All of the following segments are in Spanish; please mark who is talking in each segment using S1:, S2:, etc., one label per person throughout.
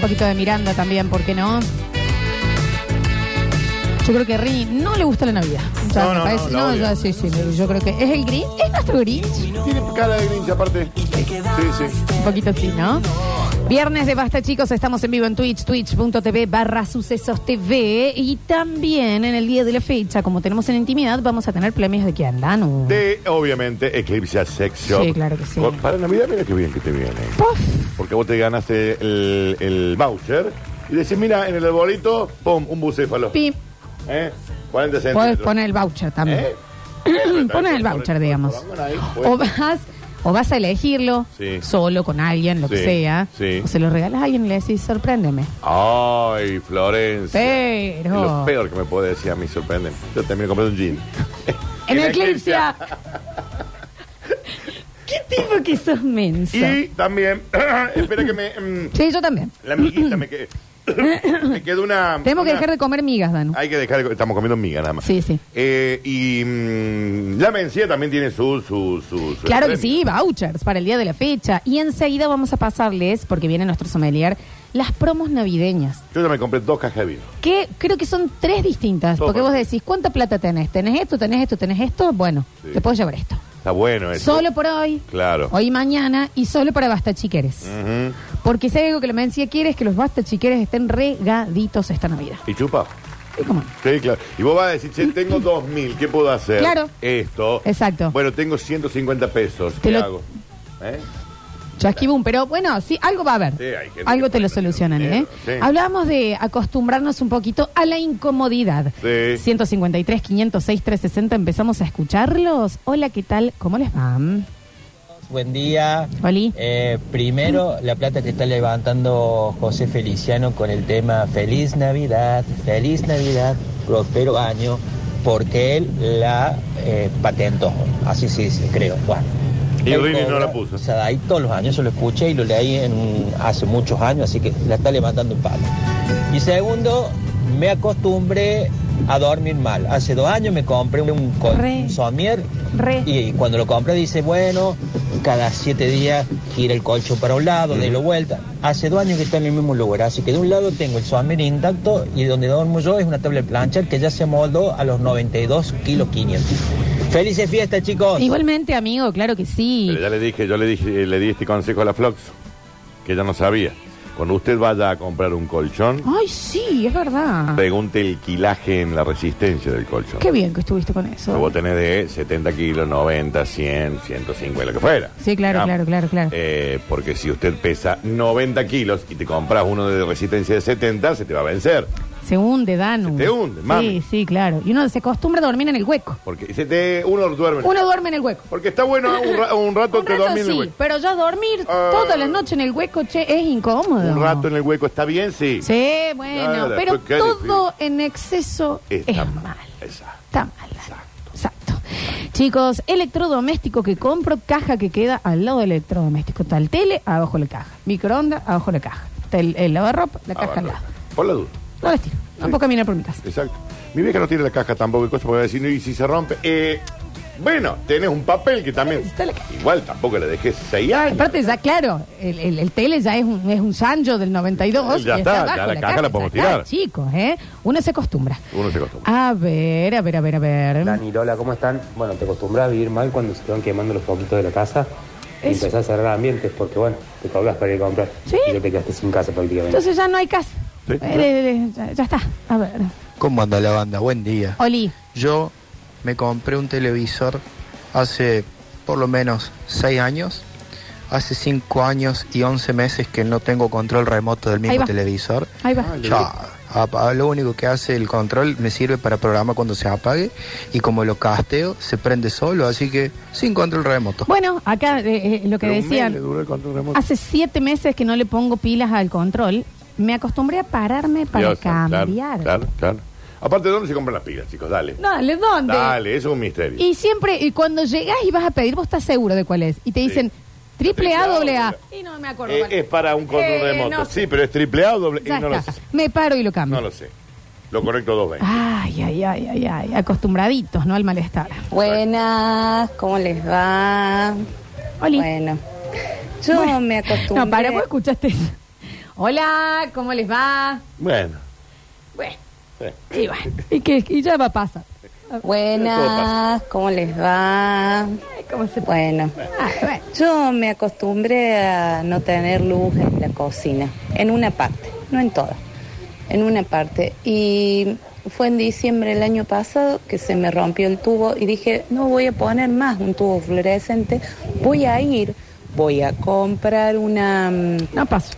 S1: poquito de Miranda también, ¿por qué no? Yo creo que a Rini no le gusta la Navidad. Ya,
S2: No,
S1: me
S2: no,
S1: parece-
S2: no, la odia.
S1: ya, sí, sí, yo creo que es el Grinch, es nuestro Grinch.
S2: Tiene cara de Grinch aparte. Sí, sí.
S1: Un poquito así, ¿no? Viernes de Basta, chicos, estamos en vivo en Twitch, twitch.tv barra sucesos TV. Y también en el día de la fecha, como tenemos en intimidad, vamos a tener premios de que andan. un-
S2: De, obviamente, Eclipse Sex Shop.
S1: Sí, claro que sí.
S2: Vos, Para Navidad, mira qué bien que te viene.
S1: Puff.
S2: Porque vos te ganaste el, el voucher y decís, mira, en el arbolito, pum, un bucéfalo.
S1: Pim.
S2: ¿Eh? 40
S1: Podés
S2: centímetros.
S1: poner el voucher también.
S2: ¿Eh?
S1: Pones el voucher, digamos.
S2: pues.
S1: O vas, o vas a elegirlo
S2: Sí.
S1: solo con alguien, lo que
S2: Sí,
S1: sea.
S2: sí.
S1: O se lo regalas a alguien y le decís, sorpréndeme.
S2: Ay, Florencia.
S1: Pero-
S2: Es Lo peor que me puede decir a mí, sorprende. Yo también compré un jean.
S1: ¡En
S2: En
S1: Eclipse!
S2: Eclipse.
S1: ¡Qué tipo que sos menso!
S2: Y también, espera que me... mm,
S1: Sí, yo también.
S2: la amiguita me quedó me quedó una...
S1: Tenemos que
S2: una- Ah,
S1: dejar de comer migas, Danu.
S2: Hay que dejar, estamos comiendo miga nada más.
S1: Sí, sí.
S2: Eh, y mm, la mencía también tiene su... su, su, su
S1: Claro que
S2: premio.
S1: sí, vouchers para el día de la fecha. Y enseguida vamos a pasarles, porque viene nuestro sommelier, las promos navideñas.
S2: Yo ya me compré dos cajas de vino.
S1: Que creo que son tres distintas.
S2: Todo
S1: Porque
S2: para
S1: vos
S2: mí.
S1: decís, ¿cuánta plata tenés? ¿Tenés esto, tenés esto, tenés esto? Bueno,
S2: Sí.
S1: te puedes llevar esto.
S2: Está bueno eso.
S1: Solo por hoy.
S2: Claro. Mm.
S1: Hoy y mañana y solo para Basta Chiqueres.
S2: Ujú.
S1: Porque si hay algo que la mencía quiere es que los Basta Chiqueres estén regaditos esta Navidad.
S2: ¿Y chupa?
S1: ¿Y cómo no?
S2: Sí, claro. Y vos vas a decir, che, tengo 2.000, ¿qué puedo hacer?
S1: Claro.
S2: Esto.
S1: Exacto.
S2: Bueno, tengo 150 pesos,
S1: Te
S2: ¿qué
S1: lo-
S2: hago? ¿Eh?
S1: Chasquibum, pero bueno, sí, algo va a haber.
S2: Sí, hay gente
S1: algo
S2: que
S1: te lo
S2: puede tener
S1: solucionan, ¿eh?
S2: dinero, sí.
S1: Hablábamos de acostumbrarnos un poquito a la incomodidad.
S2: Sí.
S1: 153, 506, 360, empezamos a escucharlos. Hola, ¿qué tal? ¿Cómo les va?
S3: Buen día.
S1: Oli.
S3: Eh, primero, la plata que está levantando José Feliciano con el tema Feliz Navidad, Feliz Navidad, próspero año, porque él la eh, patentó. Así se dice, creo. Bueno.
S2: Y
S3: Él
S2: Rini no
S3: cobra-
S2: la puso.
S3: O sea, ahí todos los años yo lo escuché y lo leí en- hace muchos años, así que la está levantando un palo. Y segundo, me acostumbré a dormir mal. Hace dos años me compré un, co-
S1: Re.
S3: un somier
S1: Re.
S3: y cuando lo compré dice, bueno, cada siete días gira el colchón para un lado, de la vuelta. Hace dos años que está en el mismo lugar, así que de un lado tengo el somier intacto y donde duermo yo es una tabla de planchar que ya se moldó a los 92 kilos 500. Felices fiestas, chicos.
S1: Igualmente, amigo, claro que sí.
S2: Pero ya le dije, yo le dije, le di este consejo a la Flox, que ella no sabía. Cuando usted vaya a comprar un colchón,
S1: Ay, sí, es verdad.
S2: pregunte el quilaje en la resistencia del colchón.
S1: Qué bien que estuviste con
S2: Que
S1: eso.
S2: vos tenés de 70 kilos, 90, 100, 105, lo que fuera.
S1: Sí, claro,
S2: Ah,
S1: claro, claro, claro.
S2: eh, porque si usted pesa 90 kilos y te compras uno de resistencia de 70, se te va a vencer.
S1: Se hunde, Danu.
S2: Se te hunde, mami.
S1: Sí, sí, claro. Y uno se acostumbra a dormir en el hueco.
S2: Porque se te, uno duerme.
S1: Uno duerme en el hueco.
S2: Porque está bueno ¿eh? un, ra- un rato
S1: Un
S2: te
S1: rato
S2: dormís en
S1: sí,
S2: el hueco.
S1: pero ya dormir
S2: Ah.
S1: todas las noches en el hueco, che, es incómodo.
S2: Un rato en el hueco está bien, sí.
S1: Sí, bueno,
S2: Claro,
S1: pero
S2: pues, qué
S1: todo en exceso
S2: Está
S1: es
S2: mal.
S1: mal.
S2: Exacto.
S1: Está mal. Exacto. Chicos, electrodoméstico que compro, caja que queda al lado del electrodoméstico. Está el tele, abajo la caja. Microondas, abajo la caja. Está el, el lavarropa, la caja al
S2: Abajo.
S1: lado.
S2: Por la duda.
S1: No les tiro. No puedo caminar por mi casa.
S2: Exacto. Mi vieja no tiene la caja tampoco de cosas porque va a decir, "No, y si se rompe. Eh, bueno, tenés un papel que también.
S1: Está la caja.
S2: Igual tampoco le dejé seis años.
S1: Aparte, ya claro, el, el- el tele ya es un, es un Sancho del 92.
S2: Ya
S1: y
S2: está,
S1: abajo
S2: ya la caja la podemos
S1: ya está,
S2: tirar.
S1: Chicos, ¿eh? Uno se acostumbra.
S2: Uno se acostumbra.
S1: A ver, a ver, a ver, a ver.
S4: Dani, Lola, ¿cómo están? Bueno, te acostumbras a vivir mal cuando se te van quemando los poquitos de la casa y
S1: Eso.
S4: empezás a cerrar ambientes porque, bueno, te colgás para ir a comprar.
S1: Sí.
S4: Y ya te quedaste sin casa prácticamente.
S1: Entonces ya no hay casa.
S2: Sí.
S1: Eh, eh, eh, ya, ya está. A ver.
S5: ¿Cómo anda la banda? Buen día.
S1: Oli,
S5: Yo me compré un televisor hace por lo menos 6 años. Hace 5 años y 11 meses que no tengo control remoto del
S1: Ahí va.
S5: mismo televisor.
S1: ahí va.
S5: Ya, a- a- lo único que hace el control me sirve para programar cuando se apague y como lo casteo se prende solo, así que sin control remoto.
S1: Bueno, acá eh, eh, lo que
S2: Pero un mes le
S1: decían,
S2: duró el control remoto.
S1: hace siete meses que no le pongo pilas al control. Me acostumbré a pararme para
S2: Dios, claro,
S1: cambiar.
S2: Claro, claro. Aparte, ¿dónde se compran las pilas, chicos? Dale.
S1: Dale, ¿dónde?
S2: Dale, eso es un misterio.
S1: Y siempre, y cuando llegas y vas a pedir, vos estás seguro de cuál es. Y te dicen, triple A, doble A. Y no me acuerdo.
S2: Eh,
S1: cuál
S2: es para un control
S1: Eh,
S2: remoto.
S1: no sé.
S2: Sí, pero es triple A o doble.
S1: Ya
S2: y no lo
S1: está. Ah.
S2: sé.
S1: Me paro y lo cambio.
S2: No lo sé. Lo conecto dos veces.
S1: Ay, ay, ay, ay, ay. Acostumbraditos, ¿no? Al malestar.
S6: Buenas, ¿cómo les va?
S1: Oli.
S6: Bueno, yo me acostumbré.
S1: No, para, vos escuchaste eso. Hola, ¿cómo les va?
S2: Bueno,
S1: Bueno,
S2: eh,
S1: y bueno, y, que, y ya va a pasar.
S6: Buenas, ¿cómo les va?
S1: Ay, ¿Cómo se puede?
S6: Bueno,
S1: Ah, bueno.
S6: yo me acostumbré a no tener luz en la cocina, en una parte, no en toda, en una parte. Y fue en diciembre del año pasado que se me rompió el tubo y dije, no voy a poner más un tubo fluorescente, voy a ir, voy a comprar una... mm,
S1: No paso.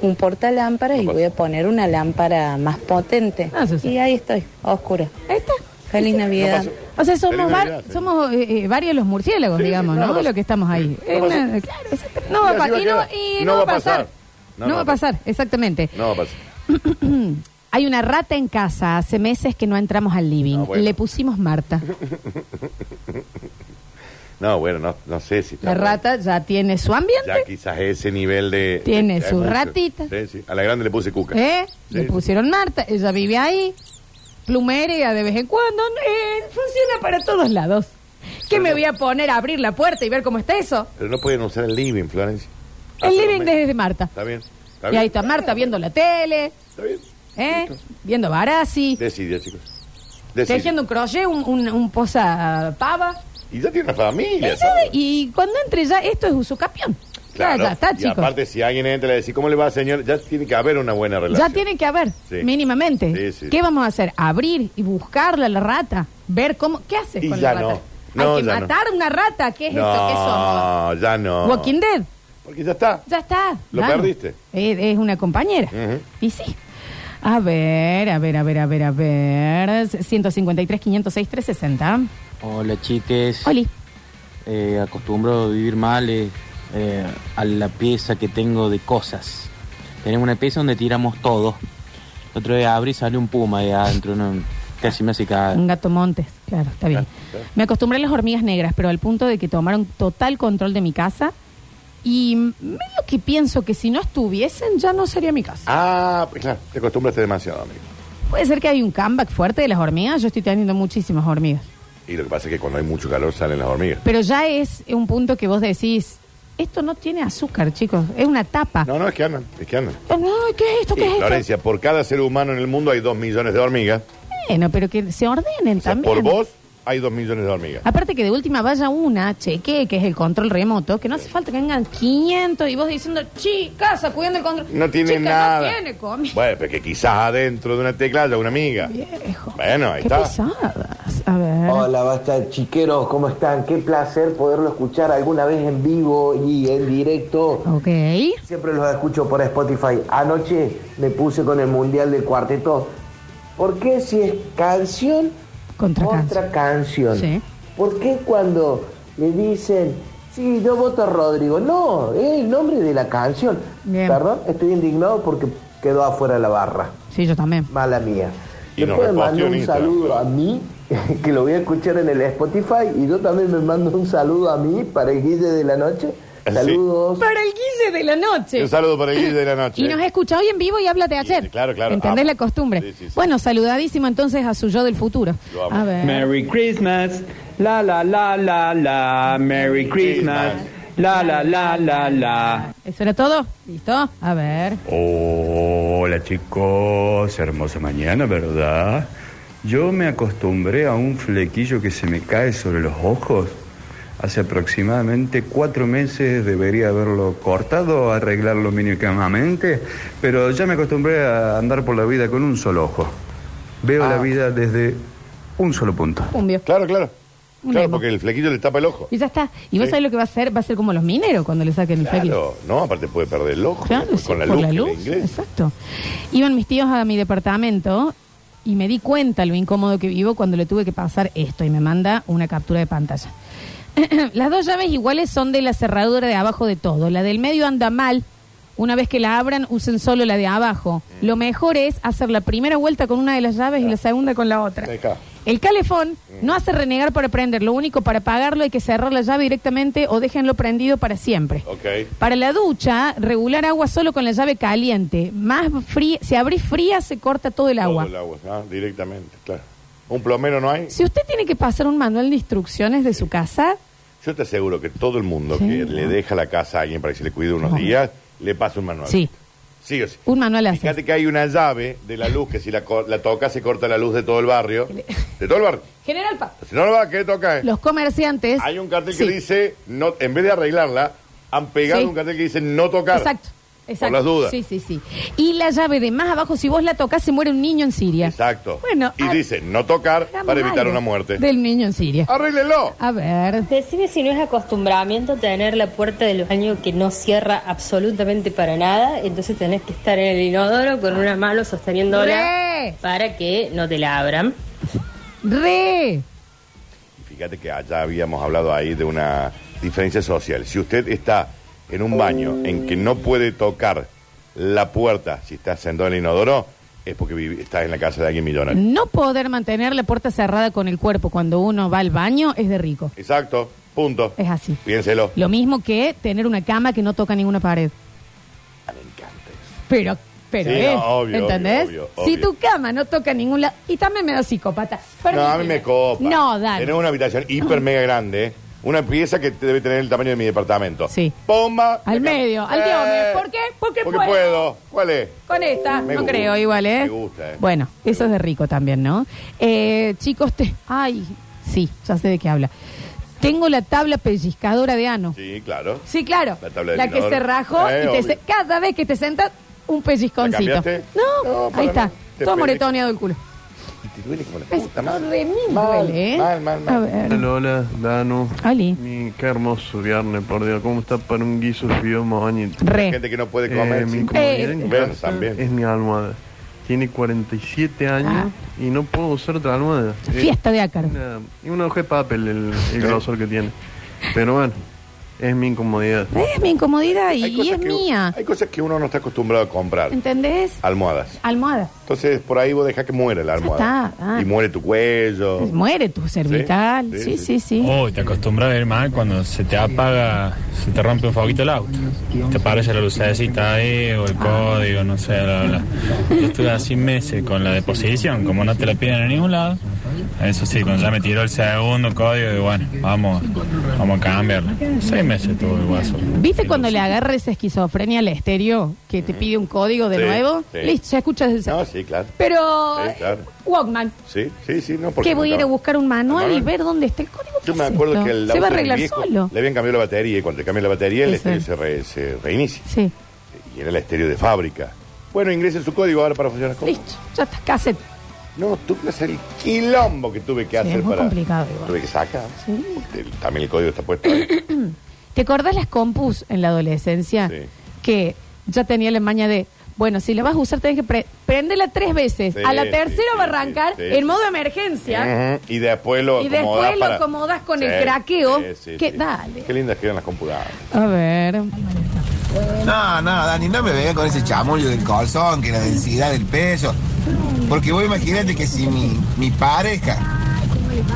S6: un portalámparas y voy a poner una lámpara más potente.
S1: Ah, sí, sí.
S6: Y ahí estoy, a oscura.
S1: Ahí está.
S6: Feliz Navidad.
S2: pasó.
S1: O sea, somos,
S2: Feliz
S1: var-
S2: Navidad, sí.
S1: somos eh, eh, varios los murciélagos,
S2: Sí,
S1: digamos,
S2: sí,
S1: ¿no?
S2: no va a
S1: Lo
S2: pasar.
S1: que estamos ahí. Eh,
S2: No va a
S1: una-
S2: pasar.
S1: claro, exacto. no, va a
S2: Y
S1: pa-
S2: así va a
S1: y no-
S2: quedar.
S1: y no va a pasar. No, va a pasar, exactamente.
S2: no pues, va a pasar.
S1: Hay una rata en casa, hace meses que no entramos al living.
S2: No, Ah, bueno.
S1: Le pusimos Marta.
S2: No, bueno, no, no sé si... está
S1: La
S2: bueno.
S1: rata ya tiene su ambiente.
S2: Ya quizás ese nivel de...
S1: Tiene
S2: de-
S1: su
S2: de-
S1: ratita.
S2: Sí, sí. A la grande le puse cuca.
S1: ¿Eh?
S2: Sí,
S1: Le
S2: sí.
S1: pusieron Marta, ella vive ahí, plumerea de vez en cuando, eh, funciona para todos lados. ¿Qué me voy a poner a abrir la puerta y ver cómo está eso?
S2: Pero no pueden usar el living, Florencia.
S1: El
S2: Hace dos
S1: living
S2: meses.
S1: desde Marta.
S2: Está bien. Está
S1: Y
S2: bien.
S1: ahí está Marta viendo la tele,
S2: Está bien.
S1: ¿eh? viendo Barassi,
S2: Decidia, chicos. Decidia.
S1: tejiendo un crochet, un, un, un posa pava.
S2: Y ya tiene una familia.
S1: Ella-
S2: ¿sabes?
S1: y cuando entre ya, esto es usucapión. Eh, Ya, ya está,
S2: y
S1: chicos.
S2: aparte, si alguien entra y le decís, ¿cómo le va, señor? Ya tiene que haber una buena relación.
S1: Ya tiene que haber,
S2: Sí.
S1: mínimamente.
S2: Sí, sí.
S1: ¿Qué vamos a hacer? ¿Abrir y buscarla a la rata? ¿Ver cómo? ¿Qué haces
S2: Y
S1: con
S2: ya
S1: la rata?
S2: no. No,
S1: Hay que
S2: ya no.
S1: matar una rata. ¿Qué es esto? ¿Qué somos?
S2: No, ya no.
S1: Walking Dead.
S2: Porque ya está.
S1: Ya está.
S2: Lo
S1: Vamos.
S2: perdiste.
S1: Es, es una compañera.
S2: Ujú.
S1: Y sí. A ver, a ver, a ver, a ver, a ver. 153, 506, 360.
S7: Hola chiques,
S1: Oli.
S7: Eh, acostumbro a vivir mal eh, eh, a la pieza que tengo de cosas. Tenemos una pieza donde tiramos todo. La otra vez abrí y sale un puma de adentro, ¿no? casi me hace
S2: Ah.
S7: cagar.
S1: Un gato montes. Claro, está bien. Me acostumbré a las hormigas negras, pero al punto de que tomaron total control de mi casa. Y medio que pienso que si no estuviesen, ya no sería mi casa.
S2: Ah, pues claro, te acostumbraste demasiado, amigo.
S1: Puede ser que hay un comeback fuerte de las hormigas. Yo estoy teniendo muchísimas hormigas.
S2: Y lo que pasa es que cuando hay mucho calor salen las hormigas.
S1: Pero ya es un punto que vos decís, esto no tiene azúcar, chicos. Es una tapa. No,
S2: No, no, es que andan, es que andan.
S1: ¿qué es esto? Ah. ¿Qué
S2: Sí,
S1: es esto?
S2: Florencia, por cada ser humano en el mundo hay dos millones de hormigas.
S1: Bueno, pero que se ordenen
S2: O sea,
S1: también.
S2: por vos hay dos millones de hormigas.
S1: Aparte que de última vaya una, cheque, que es el control remoto, que no hace falta que vengan 500 y vos diciendo, chicas, sacudiendo el control.
S2: No tiene
S1: Chica,
S2: nada.
S1: No tiene comida.
S2: bueno, pero que quizás adentro de una tecla haya una amiga.
S1: Viejo.
S2: Bueno, ahí
S1: Qué
S2: está.
S1: pesadas. A ver.
S8: Hola, basta chiqueros, ¿cómo están? Qué placer poderlo escuchar alguna vez en vivo y en directo.
S1: Ok.
S8: Siempre los escucho por Spotify. Anoche me puse con el Mundial del Cuarteto. ¿Por qué si es canción
S1: Contra
S8: contra canción?
S1: Sí.
S8: ¿Por qué cuando le dicen, sí, yo voto a Rodrigo? No, es el nombre de la canción.
S1: Bien.
S8: Perdón, estoy indignado porque quedó afuera la barra.
S1: Sí, yo también.
S8: Mala mía.
S2: Y
S8: Le
S2: nos
S8: pueden
S2: reposteó
S8: mandar
S2: en
S8: un
S2: Instagram.
S8: saludo a mí, que lo voy a escuchar en el Spotify, y yo también me mando un saludo a mí para el Guille de la Noche.
S2: Sí.
S8: Saludos.
S1: Para el 15 de la noche.
S2: Un saludo para el Guille de la noche.
S1: Y nos escucha hoy en vivo y habla de ayer.
S2: Y- claro, claro.
S1: ¿Entendés
S2: Amo.
S1: la costumbre?
S2: Sí, sí, sí.
S1: Bueno, saludadísimo entonces a su yo del futuro.
S2: Lo amo.
S1: A ver.
S9: Merry Christmas, la la la la la, Merry Christmas, la la la la la.
S1: ¿Eso era todo? ¿Listo? A ver.
S4: Hola chicos, hermosa mañana, ¿verdad? Yo me acostumbré a un flequillo que se me cae sobre los ojos. Hace aproximadamente cuatro meses debería haberlo cortado, arreglarlo mínimamente, pero ya me acostumbré a andar por la vida con un solo ojo. Veo
S10: Ah.
S4: la vida desde un solo punto.
S1: Cumbio.
S2: Claro, claro.
S1: Un
S2: Claro,
S1: emo.
S2: porque el flequillo le tapa el ojo.
S1: Y ya está. ¿Y vos
S2: Sí.
S1: sabés lo que va a hacer? Va a ser como los mineros cuando le saquen el flequillo.
S2: Claro, no, aparte puede perder el ojo.
S1: Claro,
S2: con
S1: sí,
S2: la
S1: por
S2: luz.
S1: la
S2: que le
S1: luz.
S2: ingresa.
S1: Exacto. Iban mis tíos a mi departamento y me di cuenta lo incómodo que vivo cuando le tuve que pasar esto y me manda una captura de pantalla. Las dos llaves iguales son de la cerradura de abajo de todo. La del medio anda mal. Una vez que la abran, usen solo la de abajo.
S2: Mm.
S1: Lo mejor es hacer la primera vuelta con una de las llaves y la segunda con la otra.
S2: Ahí está. Mm.
S1: El calefón no hace renegar para prender. Lo único para apagarlo hay que cerrar la llave directamente o déjenlo prendido para siempre.
S2: Ok.
S1: Para la ducha, regular agua solo con la llave caliente. Más fría, si abrís fría, se corta todo el agua.
S2: Todo el agua, ah, directamente, claro. ¿Un plomero no hay?
S1: Si usted tiene que pasar un manual de instrucciones de su casa,
S2: Yo te aseguro que todo el mundo
S1: Sí.
S2: que le deja la casa a alguien para que se le cuide unos
S1: No.
S2: días, le pasa un manual.
S1: sí.
S2: Sí o sí.
S1: Un manual así.
S2: Fíjate que hay una llave de la luz que si la, co- la toca se corta la luz de todo el barrio. De todo el barrio.
S1: General Paz.
S2: Si no lo va a querer tocar.
S1: Los comerciantes.
S2: Hay un cartel
S1: Sí.
S2: que dice, no, en vez de arreglarla, han pegado
S1: Sí.
S2: un cartel que dice no tocar.
S1: Exacto. Exacto.
S2: las dudas.
S1: Sí, sí, sí. Y la llave de más abajo, si vos la tocas, se muere un niño en Siria.
S2: Exacto.
S1: Bueno,
S2: y
S1: ah,
S2: dice no tocar
S1: hagamos
S2: para evitar
S1: algo
S2: una muerte.
S1: Del niño en Siria.
S2: ¡Arréglelo!
S1: A ver.
S6: Decime si no es acostumbramiento tener la puerta del baño que no cierra absolutamente para nada, entonces tenés que estar en el inodoro con una mano sosteniéndola para que no te la abran.
S1: ¡Re!
S2: Fíjate que allá habíamos hablado ahí de una diferencia social. Si usted está en un baño en que no puede tocar la puerta si está sentado en el inodoro, es porque vive- está en la casa de alguien millonario.
S1: No poder mantener la puerta cerrada con el cuerpo cuando uno va al baño es de rico.
S2: Exacto, punto.
S1: Es así.
S2: Piénselo.
S1: Lo mismo que tener una cama que no toca ninguna pared.
S2: Ah,
S1: Me encanta Pero, pero,
S2: Sí,
S1: ¿eh?
S2: no, obvio,
S1: ¿entendés?
S2: obvio, obvio,
S1: Si
S2: obvio.
S1: tu cama no toca ningún lado. Y también me da psicópata.
S2: No, a mí
S1: Permíteme.
S2: me copa.
S1: No, dale.
S2: Tener una habitación hiper mega grande, ¿eh? una pieza que debe tener el tamaño de mi departamento.
S1: Sí.
S2: Pomba.
S1: Al medio, al diome. ¿Por qué? Porque,
S2: Porque
S1: puedo.
S2: puedo. ¿Cuál es?
S1: Con esta,
S2: Me
S1: no
S2: gusta,
S1: creo, igual, ¿eh?
S2: me gusta, ¿eh?
S1: Bueno, eso es de rico también, ¿no? Eh, chicos, te... Ay, sí, ya sé de qué habla. Tengo la tabla pellizcadora de ano.
S2: Sí, claro.
S1: Sí, claro.
S2: La tabla del
S1: que
S2: inodoro.
S1: se rajó
S2: Eh,
S1: y te
S2: obvio.
S1: se- cada vez que te sentas, un
S2: ¿La
S1: pellizconcito.
S2: cambiaste?
S1: No,
S2: No, para
S1: ahí está.
S2: mí. Te
S1: Todo
S2: pellizco.
S1: moretoneado el culo.
S2: Y te duele como la
S1: Es
S2: puta madre.
S1: horrible,
S2: Mal,
S1: duele, ¿eh?
S2: mal, mal, mal.
S1: A ver.
S11: Hola, hola, Danu.
S1: Ali.
S11: Mi- qué hermoso viernes, por Dios. ¿Cómo está para un guiso frío moñito?
S1: Re.
S2: Gente que no puede comer.
S11: Eh, mi
S2: sí.
S11: comodidad en
S2: Bueno,
S11: casa
S2: también.
S11: es mi almohada. Tiene 47 años y no puedo usar otra almohada. Eh,
S1: Fiesta de ácaro.
S11: una- Y una hoja de papel el, el grosor que tiene. Pero bueno, es mi incomodidad.
S1: Es mi incomodidad y,
S2: Hay
S1: y
S2: cosas
S1: es
S2: que-
S1: mía.
S2: Hay cosas que uno no está acostumbrado a comprar.
S1: ¿Entendés?
S2: Almohadas.
S1: Almohada.
S2: Entonces, por ahí vos dejás que muera la almohada.
S1: está, ah.
S2: Y muere tu cuello.
S1: Muere tu cervital.
S2: Oh. Sí,
S1: Sí, sí,
S2: sí,
S1: sí.
S3: Oh, te acostumbras a ver mal cuando se te apaga, se te rompe un foguito el auto. Te aparece la lucecita ahí o el código, no sé, bla, bla, bla. Yo estuve así meses con la deposición, como no te la piden en ningún lado. Eso sí, cuando ya me tiró el segundo código, y bueno, vamos, vamos a cambiarlo. Seis meses tuve el guaso.
S1: ¿Viste cuando le agarra esa esquizofrenia al estéreo que te pide un código de
S2: Sí,
S1: nuevo?
S2: sí.
S1: Listo, se escucha desde
S2: No, sí, claro.
S1: Pero,
S2: Sí, claro.
S1: Walkman,
S2: Sí, sí, sí. No, porque
S1: que voy a ir a
S2: nunca-
S1: buscar un manual
S2: Manual.
S1: y ver dónde está el código. ¿Qué
S2: Yo me
S1: es
S2: acuerdo
S1: esto?
S2: que
S1: Se
S2: el
S1: va a
S2: auto del
S1: arreglar
S2: viejo
S1: solo.
S2: Le habían cambiado la batería y cuando le cambian la batería el
S1: Eso.
S2: estéreo se, re- se reinicia.
S1: Sí,
S2: Y era el estéreo de fábrica. Bueno, ingrese su código ahora para funcionar como.
S1: listo, ya está, cassette.
S2: No, tú que hacer el quilombo que tuve que
S1: Sí,
S2: hacer
S1: es muy
S2: para.
S1: complicado igual.
S2: Tuve que sacar.
S1: Sí.
S2: El- también el código está puesto ahí.
S1: ¿Te acordás las compus en la adolescencia?
S2: Sí.
S1: Que ya tenía la maña de, bueno, si la vas a usar tenés que pre- prenderla tres veces.
S2: Sí,
S1: a la
S2: sí,
S1: tercera
S2: sí,
S1: va a arrancar
S2: sí, sí. Eh.
S1: en modo emergencia.
S2: Ujú, Y después lo
S1: Y
S2: acomodás
S1: después lo
S2: para-
S1: acomodás con el craqueo, que- dale.
S2: Qué lindas quedan las computadoras.
S1: A ver.
S5: No, no, Dani, no me veas con ese chamullo del colzón, que la densidad del peso. Porque vos imagínate que si mi, mi pareja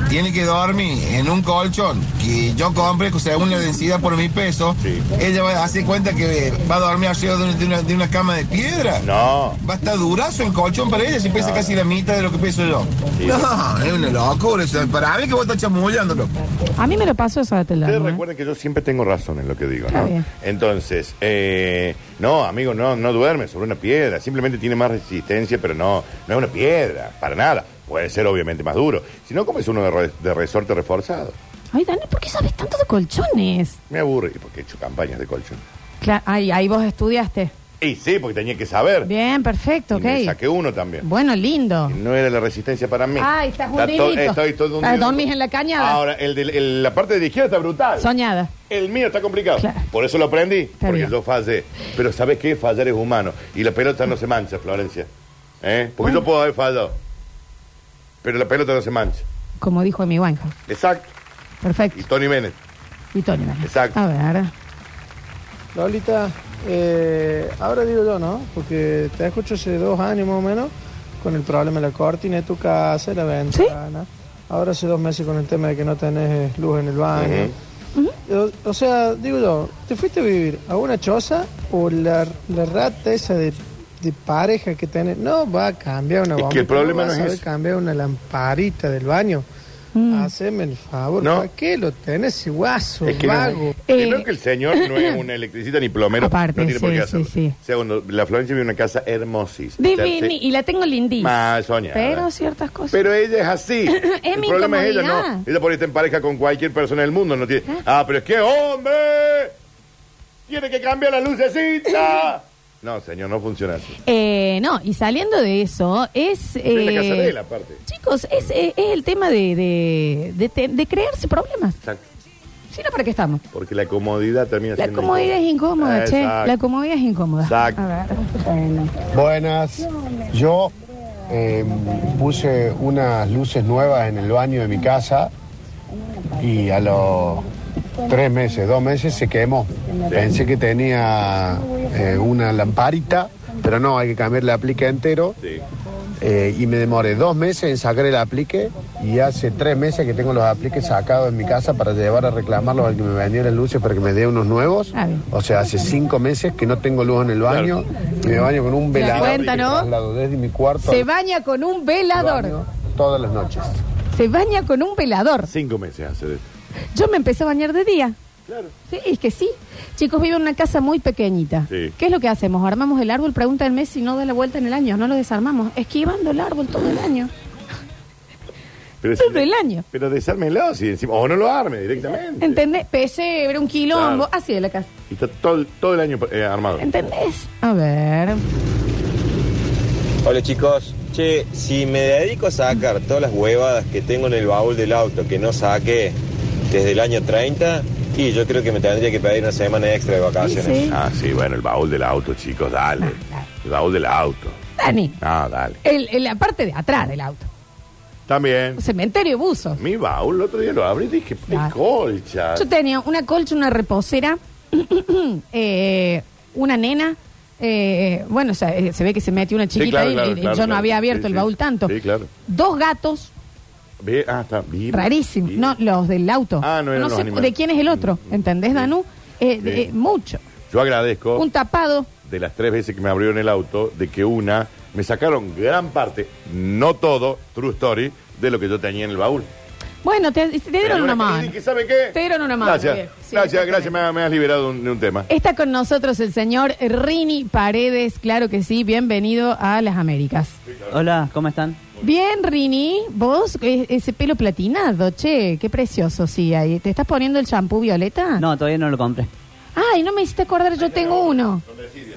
S5: tiene que dormir en un colchón que yo compre según la densidad por mi peso, ella va a hacer cuenta que va a dormir arriba de una, de una- de una cama de piedra.
S2: No.
S5: Va a estar durazo el colchón para ella si pesa casi la mitad de lo que peso yo. No, es una locura. eso. Para mí que vos estás chamullándolo.
S1: A mí me lo pasó eso de ¿eh?
S2: Ustedes
S1: teléfono.
S2: recuerden que yo siempre tengo razón en lo que digo,
S1: Está
S2: ¿no?
S1: bien.
S2: Entonces, eh, no, amigo, no, no duerme sobre una piedra. Simplemente tiene más resistencia, pero no, no es una piedra, para nada. Puede ser obviamente más duro. Si no, comes uno de, re- de resorte reforzado.
S1: Ay, Dani, ¿por qué sabes tanto de colchones?
S2: Me aburre, y porque he hecho campañas de colchón.
S1: Claro, ahí, ahí vos estudiaste.
S2: Y sí, porque tenía que saber.
S1: Bien, perfecto,
S2: Y me
S1: ok.
S2: saqué uno también.
S1: Bueno, lindo.
S2: No era la resistencia para mí.
S1: Ay, estás
S2: Está to-
S1: hundidito.
S2: Estoy todo
S1: Estás
S2: hundido.
S1: dormís en la cañada.
S2: Ahora, el de, el- la parte de la izquierda está brutal.
S1: Soñada.
S2: El mío está complicado.
S1: Claro.
S2: Por eso lo aprendí. porque
S1: bien.
S2: yo fallé. Pero ¿sabes qué? Fallar es humano. Y la pelota no se mancha, Florencia. ¿Eh? Porque
S1: Ah.
S2: yo puedo haber fallado. Pero la pelota no se mancha.
S1: Como dijo mi Wanja.
S2: Exacto.
S1: Perfecto.
S2: Y Tony Bennett.
S1: Y Tony. Vélez.
S2: Exacto.
S1: A ver.
S12: Lolita, eh, ahora digo yo, ¿no? Porque te escucho hace dos años más o menos con el problema de la cortina de tu casa, la ventana. Ahora hace dos meses con el tema de que no tenés eh, luz en el
S1: Ah,
S12: baño. o, o sea, digo yo, ¿te fuiste a vivir a una choza o la, la rata esa de, de pareja que tenés? No, va a cambiar una
S2: Es que
S12: bomba.
S2: el problema no es eso.
S12: cambiar una lamparita del baño.
S13: Haceme el favor.
S2: No.
S13: ¿Para qué lo tenés, ese guaso,
S2: Es que no-
S13: vago?
S2: Primero que el señor no es un electricista ni plomero.
S1: Eh, Aparte,
S2: no tiene por
S1: sí,
S2: qué
S1: sí,
S2: hacerlo.
S1: sí.
S2: Segundo, la Florencia vive en una casa hermosísima.
S1: Divini,
S2: Terce-
S1: y la tengo lindísima.
S2: Mal soñada.
S1: Pero ciertas cosas.
S2: Pero ella es así.
S1: Es
S2: el
S1: mi
S2: problema es ella, ¿no?
S1: incomodidad.
S2: Ella por estar en pareja con cualquier persona del mundo. No tiene... Ah, pero es que hombre. Tiene que cambiar la lucecita. No, señor, no funciona así.
S1: Eh, no, y saliendo de eso, es...
S2: Estoy en la
S1: eh,
S2: casa de él, aparte.
S1: Chicos, es, es- es el tema de, de, de te- de crearse problemas.
S2: Exacto.
S1: Si no, ¿para qué estamos?
S2: Porque la comodidad termina
S1: La
S2: siendo.
S1: comodidad es incómoda, che.
S2: Exacto.
S1: La comodidad es incómoda.
S2: Exacto.
S1: A ver.
S5: Buenas. Yo eh, puse unas luces nuevas en el baño de mi casa y a los tres meses, dos meses se quemó. Pensé que tenía eh, una lamparita, pero no, hay que cambiar el aplique entero. Eh, y me demoré dos meses en sacar el aplique y hace tres meses que tengo los apliques sacados en mi casa para llevar a reclamarlos al que me vendió las luces para que me dé unos nuevos.
S1: Ah,
S5: O sea, hace cinco meses que no tengo luz en el baño y me baño con un
S1: Se da
S5: velador
S1: cuenta,
S5: que
S1: ¿no?
S5: traslado desde mi cuarto
S1: Se
S5: al-
S1: baña con un velador.
S5: todas las noches.
S1: Se baña con un velador.
S2: Cinco meses hace de esto.
S1: Yo me empecé a bañar de día.
S2: Claro.
S1: Sí, es que sí. Chicos, vivo en una casa muy pequeñita.
S2: Sí.
S1: ¿Qué es lo que hacemos? Armamos el árbol, pregunta el mes si no da la vuelta en el año. No lo desarmamos. Esquivando el árbol todo el año.
S2: Pero
S1: Todo el año.
S2: Pero desármelo, si encima- o no lo arme directamente.
S1: ¿Entendés? Pesebre, un quilombo.
S2: Claro.
S1: Así de la casa.
S2: Y está todo, todo el año eh, armado.
S1: ¿Entendés? A ver.
S10: Hola chicos, che, si me dedico a sacar todas las huevadas que tengo en el baúl del auto que no saqué desde el año 30, y yo creo que me tendría que pedir una semana extra de vacaciones.
S2: Ah, sí, bueno, el baúl del auto, chicos,
S1: Ah,
S2: dale. El baúl del auto.
S1: Dani,
S2: Ah, dale.
S1: el- el- la parte de atrás del auto.
S2: También.
S1: Cementerio de buzos.
S2: Mi baúl, el otro día lo abrí y dije, qué colcha.
S1: Yo tenía una colcha, una reposera, eh, una nena. eh, bueno, o sea, eh, se ve que se metió una
S2: Sí,
S1: chiquita
S2: claro,
S1: ahí,
S2: claro,
S1: y- y
S2: claro,
S1: yo no
S2: claro.
S1: había abierto
S2: Sí,
S1: el
S2: sí.
S1: baúl tanto.
S2: Sí, claro.
S1: Dos gatos,
S2: Ve- ah, está bien.
S1: rarísimos.
S2: Bien.
S1: No, los del auto.
S2: Ah, no eran los
S1: sé
S2: animales. Mm,
S1: de quién es el otro. ¿Entendés, Danú? Eh, de-
S2: Sí. Oh.
S1: eh, mucho.
S2: Yo agradezco
S1: Un tapado.
S2: de las tres veces que me abrió en el auto, de que una me sacaron gran parte, no todo, true story, de lo que yo tenía en el baúl.
S1: Bueno, te, te dieron
S2: Pero
S1: una
S2: una que
S1: mano.
S2: dije, ¿saben qué?
S1: Te dieron una mano. bien.
S2: Gracias,
S1: Sí, Eh,
S2: gracias, gracias, me, me has liberado de un- de un tema.
S1: Está con nosotros el señor Rini Paredes, claro que sí, bienvenido a las Américas.
S3: Hola, ¿cómo están?
S1: Bien, Rini, vos, e- ese pelo platinado, che, qué precioso, sí, ahí. ¿Te estás poniendo el champú violeta?
S3: No, todavía no lo compré.
S1: Ay, no me hiciste acordar, yo tengo uno.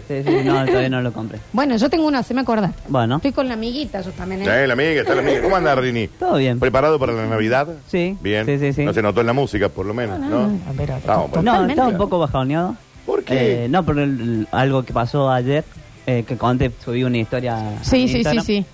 S3: Sí, sí, no, todavía no lo compré.
S1: Bueno, yo tengo uno, haceme acordar.
S3: Bueno,
S1: Estoy con la amiguita, yo también. ¿eh?
S2: Eh, la amiga, está la amiga. ¿Cómo anda, Rini?
S3: Todo bien.
S2: ¿Preparado para la Navidad?
S3: Sí.
S2: Bien. No se notó en la música, por lo menos, ¿no? Estamos, pues.
S3: no, Eh, estaba un poco bajoneado. ¿Por
S2: qué?
S3: no, por el- algo que pasó ayer, eh, que conté, subí una historia. a mi
S1: Sí, sí, sí,
S3: Instagram. Eh,
S1: sí.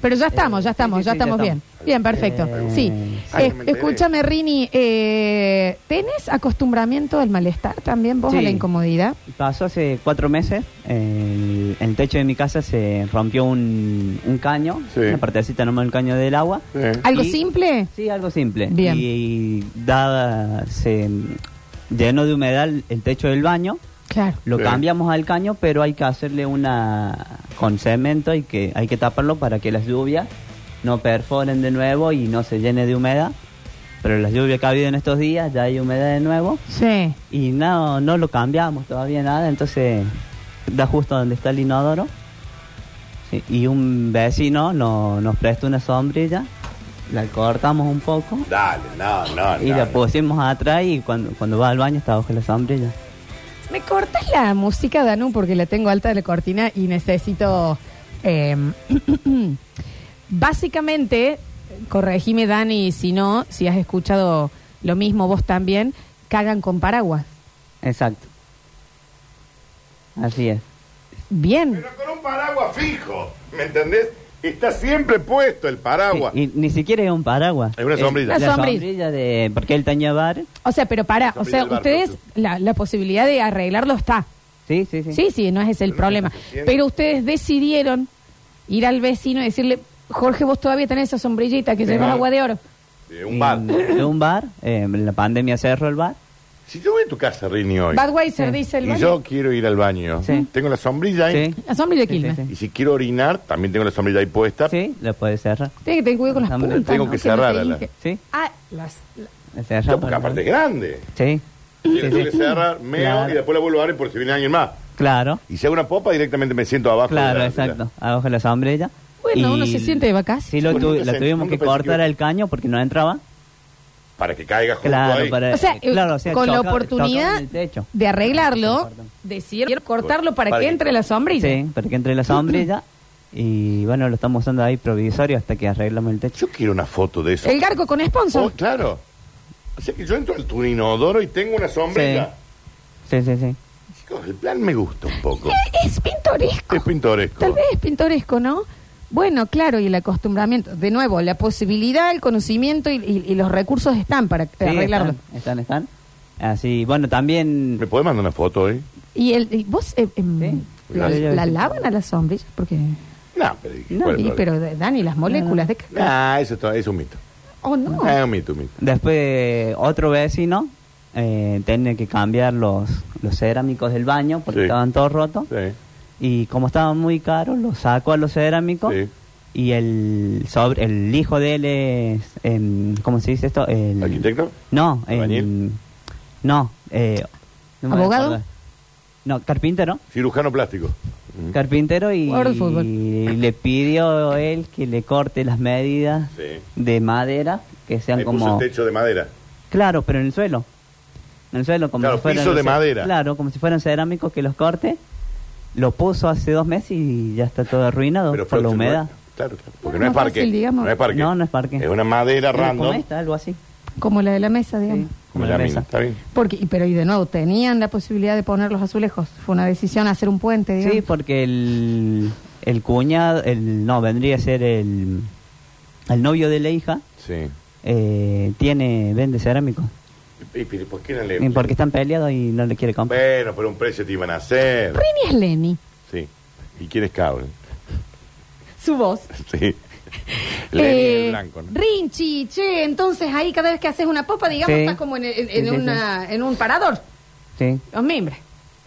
S1: Pero ya estamos, ya estamos,
S3: sí,
S1: ya
S3: sí, ya
S1: estamos bien. Bien, perfecto. Sí.
S3: Ay,
S1: Eh,
S3: no me enteré.
S1: escúchame, Rini, eh, ¿tenés acostumbramiento al malestar también vos a
S3: Sí.
S1: la incomodidad?
S3: Pasó hace cuatro meses, eh, el, el techo de mi casa se rompió un, un caño, una partecita nomás del caño del agua.
S1: ¿Algo
S3: Eh, Y-
S1: simple?
S3: Sí, algo simple.
S1: Bien.
S3: Y dada, se mm, llenó de humedad el el techo del baño.
S1: Claro.
S3: Lo
S1: Sí.
S3: cambiamos al caño, pero hay que hacerle una con cemento y que hay que taparlo para que las lluvias no perforen de nuevo y no se llene de humedad. Pero las lluvias que ha habido en estos días ya hay humedad de nuevo.
S1: Sí.
S3: Y no, no lo cambiamos todavía nada, entonces da justo donde está el inodoro. Sí, y un vecino no- nos presta una sombrilla, la cortamos un poco
S2: Dale, no, no,
S3: y
S2: no.
S3: la pusimos atrás y cuando, cuando va al baño está bajo la sombrilla.
S1: ¿Me cortas la música, Danu? Porque la tengo alta de la cortina y necesito... eh, básicamente, corregime, Dani, si no, si has escuchado lo mismo vos también, cagan con paraguas.
S3: Exacto. Así es.
S1: Bien.
S2: Con un paraguas fijo, ¿me entendés? Está siempre puesto el paraguas.
S3: Y ni siquiera es un paraguas. Es
S2: una sombrilla. Una
S3: la
S1: sombrilla.
S3: sombrilla. de... Porque él tenía bar.
S1: O sea, pero para, o sea,
S3: del barco,
S1: ustedes, la, la posibilidad de arreglarlo está.
S3: Sí, sí, sí.
S1: Sí, sí, no es ese el problema. Pero ustedes decidieron ir al vecino y decirle, Jorge, vos todavía tenés esa sombrillita que
S3: Sí.
S1: llevas agua de oro.
S2: De un bar.
S3: De un bar. eh, la pandemia cerró el bar.
S2: Si yo voy a tu casa, Rini, hoy.
S1: Budweiser dice el
S2: Y
S1: baño.
S2: yo quiero ir al baño. Tengo la sombrilla ahí.
S1: La sombrilla de Quilmes.
S2: Y si quiero orinar, también tengo la sombrilla ahí puesta.
S3: Sí, la puedes cerrar.
S1: Tienes que tener cuidado con las puntas.
S2: Tengo
S1: ¿no?
S2: que
S1: no
S2: cerrarla.
S1: te hinque.
S3: Sí.
S1: Ah, las... la-
S3: Cerrar
S2: porque aparte es grande.
S3: Sí.
S2: Y la
S3: Sí,
S2: tengo
S3: sí.
S2: que cerrar, meo
S3: Claro.
S2: y después la vuelvo a abrir por si viene alguien más.
S3: Claro,
S2: Y si hago una popa, directamente me siento abajo.
S3: claro,
S2: de la-
S3: exacto. Abajo de la sombrilla.
S1: Bueno, uno se siente de vacaciones.
S3: Sí, lo
S1: Bueno,
S3: tu-
S1: nunca
S3: la
S1: se-
S3: tuvimos
S1: nunca
S3: que
S1: pensé que
S3: cortar
S1: iba-
S3: el caño porque no entraba.
S2: Para que caiga junto
S3: Claro,
S2: ahí.
S3: para-
S1: O sea, eh,
S3: claro, o sea,
S1: con la
S3: choca-
S1: oportunidad
S3: choca en el techo.
S1: de arreglarlo, decidieron cortarlo para,
S3: Para
S1: que
S3: que-
S1: entre la sombrilla.
S3: Sí, para que entre la sombrilla. Y bueno, lo estamos usando ahí provisorio hasta que arreglamos el techo.
S2: Yo quiero una foto de
S1: El garco con sponsor.
S2: Oh, claro. O sea que yo entro al turinodoro y tengo una sombrilla.
S3: Sí, sí, sí.
S2: Chicos, el plan me gusta un poco.
S1: Es pintoresco.
S2: Es pintoresco.
S1: Tal vez es pintoresco, ¿no? Bueno, claro, y el acostumbramiento. De nuevo, la posibilidad, el conocimiento y, y- y los recursos están para
S3: Sí,
S1: arreglarlo.
S3: Están, están, están. Así, bueno, también...
S2: ¿Me puede mandar una foto hoy?
S1: Y, el, y vos, eh, em, la,
S2: Gracias.
S1: la lavan a las sombrillas? Porque...
S2: No, pero...
S1: No,
S2: ¿cuál
S1: y-
S2: es el
S1: pero Dani, las moléculas de...
S2: problema? Nah, eso to- es un mito.
S1: Oh, no.
S2: Ah, es un mito, un mito.
S3: Después otro vecino eh, tenía que cambiar los, los cerámicos del baño porque
S2: Sí.
S3: estaban todos rotos.
S2: Sí.
S3: Y como estaban muy caros, los sacó a los cerámicos. Y el sobre, el hijo de él es, em, ¿cómo se dice esto? El,
S2: ¿Arquitecto?
S3: No, em,
S2: ¿Albañil?
S3: no, eh, no me
S1: ¿Abogado?
S3: acuerdo. No, carpintero.
S2: Cirujano plástico.
S3: Mm. Carpintero y,
S1: Jugador de fútbol.
S3: y le pidió él que le corte las medidas
S2: Sí.
S3: de madera que sean
S2: Le puso
S3: como
S2: el techo de madera.
S3: Claro, pero en el suelo. En el suelo, como
S2: Claro,
S3: si fueran.
S2: piso de
S3: no sé,
S2: madera.
S3: Claro, como si fueran cerámicos que los corte. Lo puso hace dos meses y ya está todo arruinado Oh, por la
S2: Fausto,
S3: humedad.
S2: no es- Claro, claro. Porque no,
S1: No,
S2: es parque.
S1: fácil, digamos.
S2: no es parque.
S3: No, no es parque.
S2: Es una madera
S3: Era
S2: random.
S3: Como esta, algo así.
S1: Como la de la mesa, digamos.
S2: Como la mina, está bien.
S1: Porque, y- pero y de nuevo, tenían la posibilidad de poner los azulejos. Fue una decisión hacer un puente, digamos.
S3: Sí, porque el, el cuñado, el no, vendría a ser el, el novio de la hija,
S2: Sí.
S3: eh, tiene, vende cerámicos.
S2: ¿Y, pero por qué no le.?
S3: Y Porque están peleados y no le quiere comprar.
S2: Bueno, pero un precio te iban a hacer.
S1: Rini es Lenny,
S2: Sí. ¿Y quién es Cable?
S1: su voz.
S2: Sí. Lenny
S1: Eh,
S2: el blanco, ¿no?
S1: Rinchi, che, entonces ahí cada vez que haces una popa, digamos,
S3: Sí.
S1: estás como en, en- en
S3: Sí, sí,
S1: una, en un parador.
S3: Sí.
S1: Los mimbres.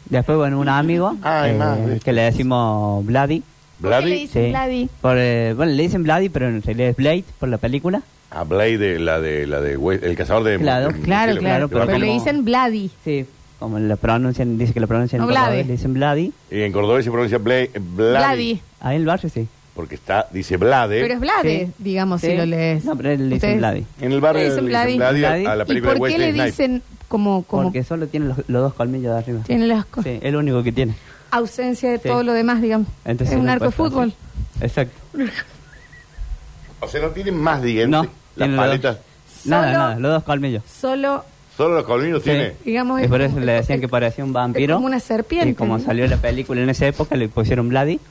S3: Después, bueno, un amigo
S2: Ay,
S3: eh,
S2: madre.
S3: que le decimos Vladi.
S1: ¿Por qué le dicen Vladi?
S3: Por, eh, bueno, le dicen Vladi, pero en realidad es Blade por la película.
S2: A Blade, de, la de. La de Wes- el cazador de.
S3: Claro,
S2: de- de-
S1: Claro,
S2: de-
S1: claro,
S2: de-
S1: pero,
S2: de-
S1: le
S2: de-
S1: dicen Vladi.
S3: Sí. Como la pronuncian, dice que la pronuncian
S1: No,
S3: en cordobés,
S1: Vladi.
S3: le dicen Vladi.
S2: Y en Córdoba se pronuncia Blade, Blade.
S1: Vladi.
S3: Ahí en el barrio sí.
S2: Porque está, dice Blade.
S1: Pero es Vlade,
S3: Sí.
S1: digamos,
S3: Sí.
S1: si lo lees.
S3: No, pero le dicen
S1: Ustedes-
S3: Vladi.
S2: En el barrio
S1: Le
S2: le
S1: dicen
S2: dicen
S1: Blade.
S2: Blade a-
S3: Blade.
S2: a la
S1: ¿Y
S2: película
S1: por
S2: de
S1: qué le
S2: Wesley Snipes.
S1: dicen como, como
S3: Porque solo tiene los, los dos colmillos de arriba.
S1: tiene las co-
S3: Sí, el único que tiene.
S1: ausencia de
S3: Sí.
S1: todo lo demás, digamos?
S3: Entonces,
S1: es un
S3: no
S1: arco de
S3: puede
S1: fútbol.
S3: ser. Exacto.
S2: O sea, no tienen más dientes.
S3: No,
S2: Las
S3: tiene los
S2: paletas.
S3: dos- Nada,
S1: Solo-
S3: nada, los dos colmillos.
S1: Solo,
S2: Solo los colmillos tiene.
S1: digamos, es
S3: y por eso
S1: como-
S3: le decían que parecía un vampiro.
S1: es como una serpiente,
S3: Y como
S1: ¿no?
S3: salió la película en esa época, le pusieron Vladi.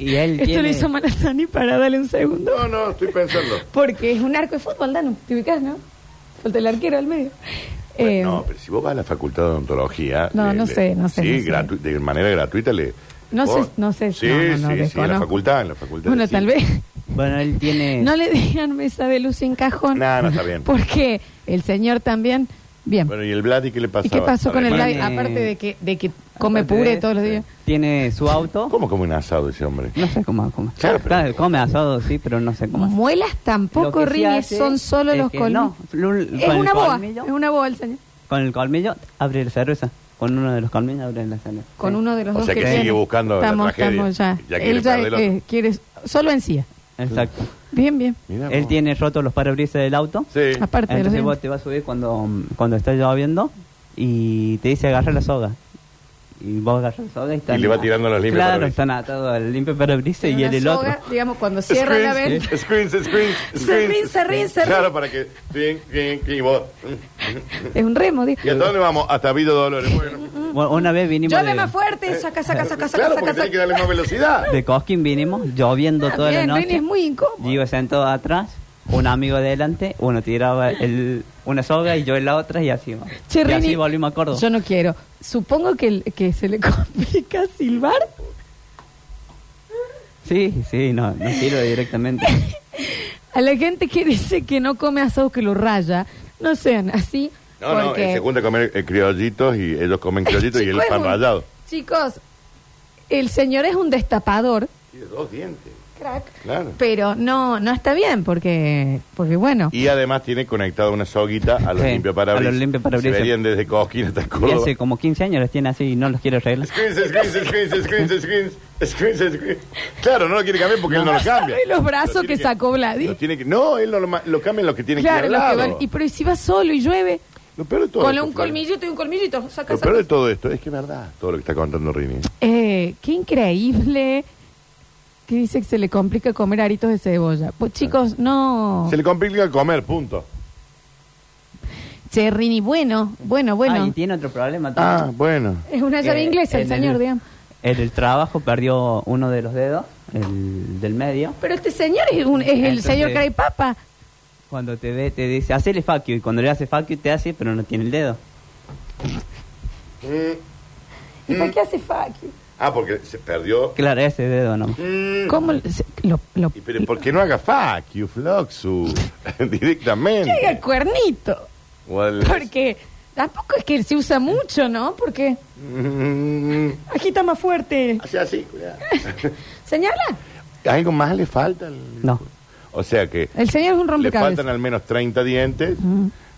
S3: y él
S1: esto lo
S3: tiene...
S1: hizo mal a Dani para darle un segundo.
S2: No, no, estoy pensando.
S1: Porque es un arco de fútbol, Danu. ¿Te ubicás, no? Falta el arquero al medio. Eh,
S2: Bueno, no, pero si vos vas a la facultad de odontología.
S1: No, no sé, no sé,
S2: Sí,
S1: no sé.
S2: gratu- de manera gratuita le.
S1: No
S2: vos-
S1: sé, no sé,
S2: Sí,
S1: no, no, no,
S2: sí, sí, en la
S1: desconozco.
S2: facultad, en la facultad.
S1: bueno,
S2: sí.
S1: tal vez
S3: Bueno, él tiene...
S1: no le digan mesa de luz sin cajón.
S2: No, no, está bien.
S1: Porque el señor también. Bien.
S2: Bueno, ¿y el Vladi qué le pasó?
S1: ¿Y qué pasó con el
S3: Además-
S1: Vladi? Aparte de que, de que come
S3: Aparte
S1: puré
S3: de-
S1: todos los días.
S3: Tiene su auto.
S2: ¿Cómo come un asado ese hombre?
S3: No sé cómo come.
S2: Claro, pero-
S3: come asado, sí, pero no sé cómo hace.
S1: Muelas tampoco,
S3: Lo que sí
S1: Rini,
S3: hace
S1: son solo
S3: es
S1: los
S3: que
S1: colmillos.
S3: no, lo-
S1: es
S3: con el
S1: una boa, es
S3: colmillo.
S1: una boa el señor.
S3: Con el colmillo abre la cerveza. Con uno de los colmillos abre la cerveza.
S1: Con
S3: Sí.
S1: uno de los
S2: O
S1: dos
S2: sea que sigue
S1: tiene.
S2: buscando la
S1: estamos,
S2: tragedia.
S1: Estamos ya.
S2: Ya quiere
S1: Él ya
S2: perder el otro.
S1: eh, quiere solo encía.
S3: Exacto.
S1: Bien, bien.
S2: Mirá
S3: Él
S2: vos.
S3: tiene rotos los parabrisas del auto.
S2: Sí.
S1: Aparte de los
S3: Entonces
S1: dientes.
S3: vos te vas a subir cuando, cuando está lloviendo y te dice agarra la soga. Y vos agarras la soga y están...
S2: Y le va tirando los limpios
S3: Claro,
S2: parabrisas.
S3: están atados al limpio parabrisas y
S1: Una
S3: el, el otro.
S1: soga, Digamos, cuando cierra la vez.
S2: Screens, screens, screens,
S1: Serrín,
S2: screens.
S1: serrín, serrín.
S2: Claro, para que. Bien, bien, bien, y vos.
S1: Es un remo, digo.
S2: ¿Y hasta dónde vamos? Hasta Vido Dolores. Bueno,
S1: mm.
S3: Bueno, una vez vinimos
S1: Llueve
S3: de,
S1: más fuerte, saca, saca, saca, saca,
S2: claro,
S1: saca,
S2: porque
S1: saca.
S2: tiene que darle más velocidad.
S3: de Cosquín, vinimos lloviendo toda
S1: Bien,
S3: la
S1: Rini,
S3: noche.
S1: es muy incómodo.
S3: Yo sentado atrás, un amigo adelante, uno tiraba el, una soga y yo en la otra y así. va.
S1: Che,
S3: y así
S1: Rini,
S3: volvimos a Córdoba.
S1: Yo no quiero. Supongo que, el- que se le complica silbar.
S3: Sí, sí, no, no tiro directamente.
S1: A la gente que dice que no come asado que lo raya, no sean así.
S2: No, no,
S1: Porque-
S2: eh, se junta a comer eh, criollitos y ellos comen criollitos y él
S1: Chicos, es
S2: pan
S1: un-
S2: rallado.
S1: Chicos, el señor es un destapador,
S2: Tiene dos dientes.
S1: Crack.
S2: Claro.
S1: pero no no está bien porque porque bueno.
S2: Y además tiene conectada una soguita a los
S3: Sí,
S2: limpiaparabrisas.
S3: a los limpiaparabrisas.
S2: Se verían desde Cosquín hasta
S3: Y
S2: Córdoba.
S3: hace como 15 años los tiene así y no los quiere arreglar.
S2: Screens, screens, screens, screens, screens, screens, screens. Claro, no lo quiere cambiar porque él no lo cambia.
S1: ¿Sabes los brazos que, sacó
S2: Lo
S1: Vladi?
S2: tiene que- no, él no lo, ma- lo cambia en lo que tiene
S1: Claro,
S2: que
S1: los que
S2: hablar.
S1: van- y pero ¿y si va solo y llueve,
S2: Lo peor de todo
S1: con
S2: esto,
S1: un
S2: Flor,
S1: colmillito y un colmillito, saca,
S2: Lo peor
S1: saca.
S2: de todo esto es que es verdad todo lo que está contando Rini.
S1: Eh, qué increíble que dice que se le complica comer aritos de cebolla. Pues chicos, no.
S2: Se le complica comer, punto.
S1: Che, Rini, bueno, bueno,
S3: Ah,
S1: bueno.
S3: y tiene otro problema.
S2: Ah, bueno.
S1: es una llave
S3: Eh,
S1: inglesa el
S3: en
S1: señor,
S3: el-
S1: digamos.
S3: En el trabajo perdió uno de los dedos, el del medio.
S1: Pero este señor es, un- es el
S3: Entonces-
S1: señor Cray Papa.
S3: Cuando te ve, te dice, hacele fuck you", Y cuando le hace fuck you, te hace, pero no tiene el dedo.
S1: ¿Y
S2: Mm.
S1: por qué hace fuck you?
S2: Ah, porque se perdió.
S3: Claro, ese dedo no.
S1: ¿Cómo le- se- lo, lo-
S2: Mm. Y pero ¿por qué no haga fuck you, Floxu? Directamente.
S1: que diga cuernito?
S2: O al-
S1: Porque tampoco es que se usa mucho, ¿no? Porque
S2: Mm,
S1: agita más fuerte.
S2: Hace así, cuidado.
S1: Señala.
S2: ¿Algo más le falta? al-
S3: No.
S2: O sea que
S1: El señor es Mm. un
S2: le
S1: rompecabezas.
S2: faltan al menos 30 dientes.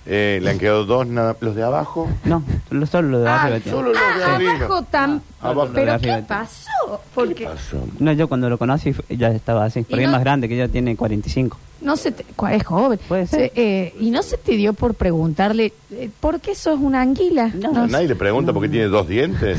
S2: Eh, le han quedado dos, nada, los de abajo.
S3: No, lo- solo lo de
S2: Ah,
S3: arriba. tiene.
S2: solo lo de
S1: Ah,
S2: arriba.
S1: abajo tan.
S3: Abajo.
S1: ¿Pero
S3: Arriba.
S1: qué pasó? Porque
S2: Ah,
S3: No, yo cuando lo conocí fu- ya estaba así. Porque
S1: no-
S3: es más grande que yo, tiene 45.
S1: no se te, cua- es joven. Se- eh, y no se te dio por preguntarle eh, por qué sos una anguila. No,
S2: Ah, Nadie le pregunta por qué tiene dos dientes.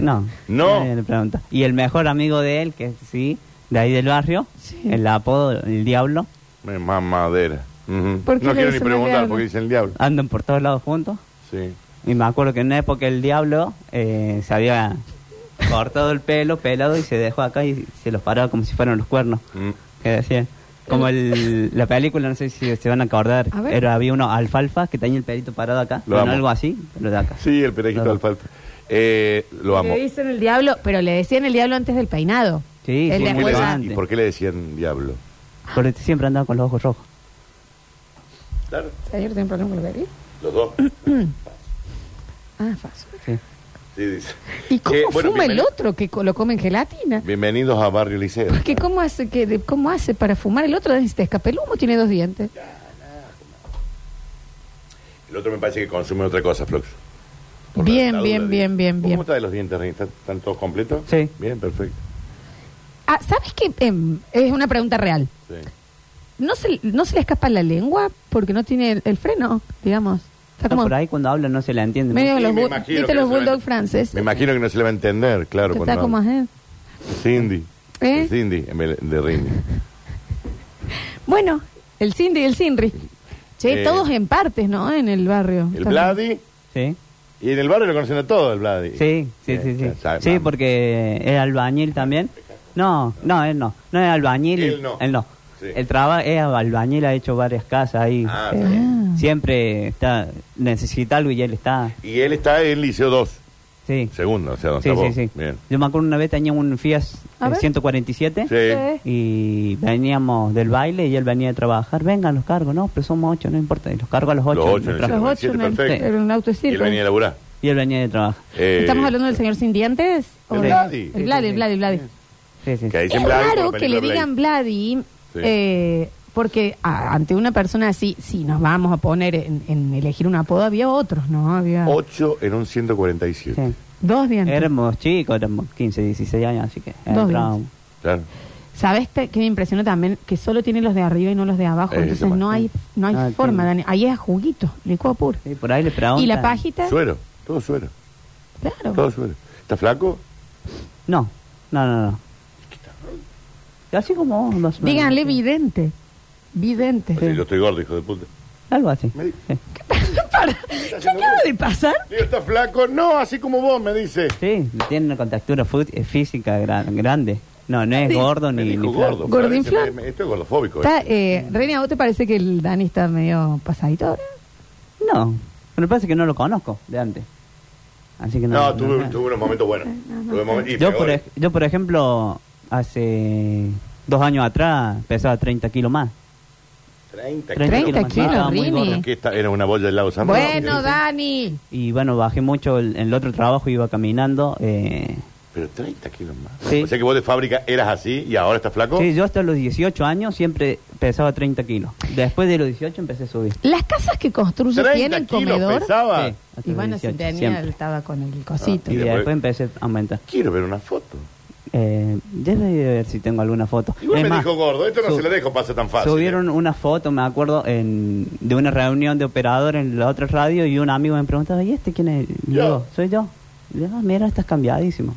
S3: No.
S2: No.
S3: nadie le pregunta. Y el mejor amigo de él, que sí, de ahí del barrio, el apodo, el diablo,
S2: Me mamadera. Ujú.
S3: ¿Por qué
S2: No
S3: le
S2: quiero ni
S3: dicen
S2: preguntar
S3: diablo?
S2: porque dicen el diablo.
S3: andan por todos lados juntos.
S2: Sí.
S3: Y me acuerdo que en una época el diablo eh, se había cortado el pelo, pelado, y se dejó acá y se los paraba como si fueran los cuernos. Que decían. Como el- la película, no sé si se van a acordar,
S1: A ver.
S3: pero había uno alfalfa que tenía el pelito parado acá,
S2: Lo
S3: bueno,
S2: amo.
S3: algo así, pero de acá.
S2: Sí, el perejito de alfalfa. Eh, lo amo.
S1: Le dicen el diablo, pero le decían el diablo antes del peinado.
S3: Sí,
S1: El
S3: sí,
S1: de
S2: ¿Por qué le-
S1: abuela.
S2: ¿Y por qué le decían diablo?
S3: Porque siempre andaba con los ojos rojos.
S2: Claro,
S1: Señor, ¿tiene problema con el pelo?
S2: los dos.
S1: Ah, fácil.
S2: Sí, dice.
S1: ¿Y cómo
S2: Eh, bueno,
S1: fuma el
S2: bienveni-
S1: otro que co- lo come en gelatina?
S2: Bienvenidos a Barrio Liceo.
S1: Porque cómo hace que de- cómo hace para fumar el otro si te escapa el humo tiene dos dientes.
S2: El otro me parece que consume otra cosa, Flux. Por la
S1: Bien,
S2: dentadura,
S1: bien,
S2: digo.
S1: bien, bien,
S2: ¿Cómo
S1: bien.
S2: está de los dientes, Rini? ¿Están, están todos completos?
S3: Sí.
S2: Bien, perfecto.
S1: Ah, ¿sabes qué? Em, es una pregunta real.
S2: Sí.
S1: ¿No se, ¿No se le escapa la lengua porque no tiene el, el freno, digamos? Está
S3: No,
S1: como
S3: por ahí cuando habla no se le entiende.
S1: medio
S3: mucho.
S1: los,
S2: me
S1: bu-
S2: imagino
S1: ¿viste
S2: que
S1: los
S2: se ven-
S1: bulldog franceses.
S2: Me imagino que no se le va a entender, claro.
S1: Que
S2: cuando
S1: está como
S2: habla.
S1: ajá.
S2: Cindy.
S1: ¿Eh?
S2: Cindy en vez de Rini.
S1: Bueno, el Cindy y el Cindy. Che,
S2: Eh,
S1: todos en partes, ¿no? En el barrio.
S2: El
S1: También.
S2: Vladi.
S3: Sí.
S2: Y en el barrio lo conocen a todo, el Vladi. Eh,
S3: Sí, sí, sí, sí.
S2: ya sabe,
S3: Sí,
S2: vamos.
S3: porque es albañil también. No, no, él no. No es albañil.
S2: Él no.
S3: Él no.
S2: Sí.
S3: El trabajo es albañil, ha hecho varias casas ahí. Eh,
S2: Ah, está bien.
S3: Siempre está necesita algo y él está.
S2: Y él está en Liceo 2.
S3: Sí.
S2: Segundo, o sea, donde
S3: Sí,
S2: está
S3: sí,
S2: vos.
S3: sí.
S2: Bien.
S3: Yo me acuerdo una vez tenía un Fiat
S1: A
S3: eh,
S1: ver.
S3: 147
S2: Sí.
S3: y veníamos del baile y él venía de trabajar. Vengan los cargos, no, pero somos ocho, no importa. Y los cargo a los ocho.
S2: Los ocho,
S3: me trajo.
S1: Los ocho en
S2: Siete,
S1: el,
S2: perfecto.
S1: en un auto de
S2: Y él
S1: circo.
S2: venía a laburar.
S3: Y él venía de trabajo.
S2: Eh,
S1: ¿Estamos hablando del señor sin dientes? ¿O
S2: el
S1: de-
S2: Vladi.
S1: El Vladi, el Vladi, el Vladi.
S3: Sí, sí.
S2: Que ahí
S1: Es
S2: Vladi por la
S1: raro que
S2: película
S1: le
S2: Blade.
S1: digan Vladi,
S2: Sí.
S1: eh, porque ah, ante una persona así, si nos vamos a poner en, en elegir un apodo, había otros, ¿no? Había
S2: Ocho en un 147.
S3: Sí.
S1: dos dientes.
S3: Éramos chicos, éramos 15, 16 años, así que
S1: Dos
S3: entrábamos.
S2: Claro.
S1: ¿Sabes te- qué me impresionó también? Que solo tiene los de arriba y no los de abajo.
S2: Eh,
S1: Entonces
S2: eso
S1: no hay, no hay
S3: Ah,
S1: forma,
S3: claro.
S1: Dani. Ahí es juguito, licuado puro.
S3: Sí, por ahí le preguntan.
S1: ¿Y la pajita?
S2: Suero, todo suero.
S1: Claro.
S2: Todo suero. ¿Está flaco?
S3: No, no, no, no. Así como vos, más o menos.
S1: Díganle vidente. Vidente.
S2: O sea, yo estoy gordo, hijo de puta.
S3: Algo así. Sí.
S1: ¿Qué acaba de pasar?
S2: Digo, ¿está flaco? No, así como vos me dice.
S3: Sí, tiene una contextura fu- eh, física gran- grande. No, no es gordo
S2: Me
S3: ni,
S2: dijo
S3: ni
S2: gordo.
S3: flaco.
S2: claro,
S1: Gordinflón.
S2: dice, me- me- Esto es gordofóbico.
S1: Está,
S2: eh.
S1: eh, Reni, ¿a vos te parece que el Dani está medio pasadito ahora?
S3: No, pero parece que no lo conozco de antes. Así que no.
S2: No,
S3: no-
S2: tuve,
S3: no.
S2: tuve unos momentos buenos. Tuve momentos- y
S3: Yo por,
S2: peores.
S3: ej- yo, por ejemplo, hace dos años atrás pesaba 30 kilos más.
S2: 30,
S3: 30 kilos, estaba muy gordo.
S2: Aquí está- era una boya de lago San
S1: Bueno,
S2: Martín.
S1: Dani.
S3: Y bueno, bajé mucho el- en el otro trabajo, iba caminando. eh,
S2: Pero 30 kilos más.
S3: Sí.
S2: O sea que vos de fábrica eras así y ahora estás flaco.
S3: Sí, yo hasta los 18 años siempre pesaba 30 kilos. Después de los 18 empecé a subir.
S1: Las casas que construyen
S3: 30
S1: tienen
S3: kilos
S1: comedor.
S3: pesaba. Sí, hasta
S1: y bueno,
S3: los
S1: si
S3: 18,
S1: tenía,
S3: siempre.
S1: estaba con el
S2: Ah,
S1: cosito.
S3: y después empecé a aumentar.
S2: Quiero ver una foto.
S3: Eh, ya voy a ver si tengo alguna foto.
S2: Igual
S3: Es
S2: me
S3: más,
S2: dijo gordo, esto no
S3: su-
S2: se lo dejo pasa tan fácil. ¿eh?
S3: Subieron una foto, me acuerdo, en- de una reunión de operadores en la otra radio y un amigo me preguntaba, ¿y este quién es? Y Yo, soy yo. Y yo, "Ah, mira, estás cambiadísimo.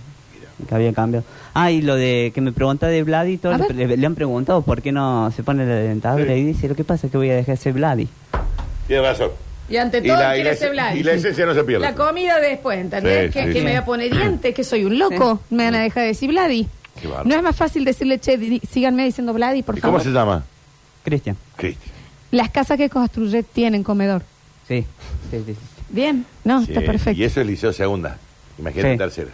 S3: Que había cambiado. Ah, y lo de que me pregunta de Vladi, todo le, le- le han preguntado por qué no se pone la dentadura y dice, lo que pasa es que voy a dejar ese Vladi.
S2: Tienes razón.
S1: Y ante
S2: Y
S1: todo,
S2: la- y
S1: quiere
S2: la-
S1: ser blanco.
S2: y la esencia no se pierde.
S1: La comida después, ¿entendés?
S2: Sí,
S1: que que
S2: sí, sí.
S1: me voy a poner dientes, que soy un loco. Me van a dejar de decir Vladi.
S2: Qué bárbaro.
S1: No es más fácil decirle, che, di- síganme diciendo Vladi, por
S2: ¿Y cómo
S1: favor.
S2: se llama?
S3: Cristian.
S2: Cristian.
S1: Las casas que construye tienen comedor.
S3: Sí, sí, sí.
S1: Bien. No, está
S2: Sí,
S1: perfecto.
S2: Y eso es liceo segunda. Imagínate
S3: Sí.
S2: tercera.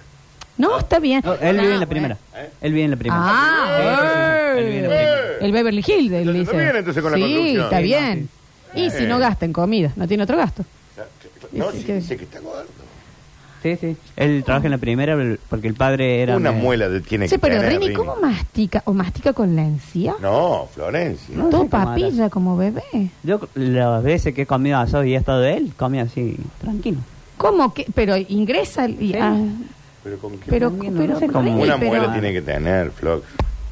S1: No, está bien.
S3: Él
S1: No,
S3: vive en la
S1: bueno.
S3: primera.
S2: ¿Eh?
S3: Él vive en la primera.
S1: eh. Ah,
S3: Él vive en la primera.
S1: el Beverly Hills del liceo.
S2: viene entonces con la
S1: sí,
S2: construcción.
S1: está
S2: Sí, no,
S1: bien. Y
S2: Eh.
S1: si no gasta en comida, no tiene otro gasto.
S2: No,
S1: Dice
S2: sí,
S1: que-
S2: dice que está gordo.
S3: Sí, sí. Él trabaja en la primera porque el padre era...
S2: Una
S3: me-
S2: muela de, tiene
S1: Sí,
S2: que
S1: pero
S2: tener,
S1: Rini,
S2: Rini.
S1: ¿cómo mastica? ¿O mastica con la encía?
S2: No, Florencia.
S3: No
S1: Todo
S3: sé cómo hará.
S1: papilla como bebé.
S3: Yo las veces que he comido asado y he estado de él, comí así, tranquilo.
S1: ¿Cómo que? Pero ingresa. y- ah,
S2: Pero con qué-
S1: pero,
S3: bien,
S1: pero,
S3: no sé cómo.
S1: Rini,
S2: Una
S1: pero-
S2: muela tiene que tener, Flox.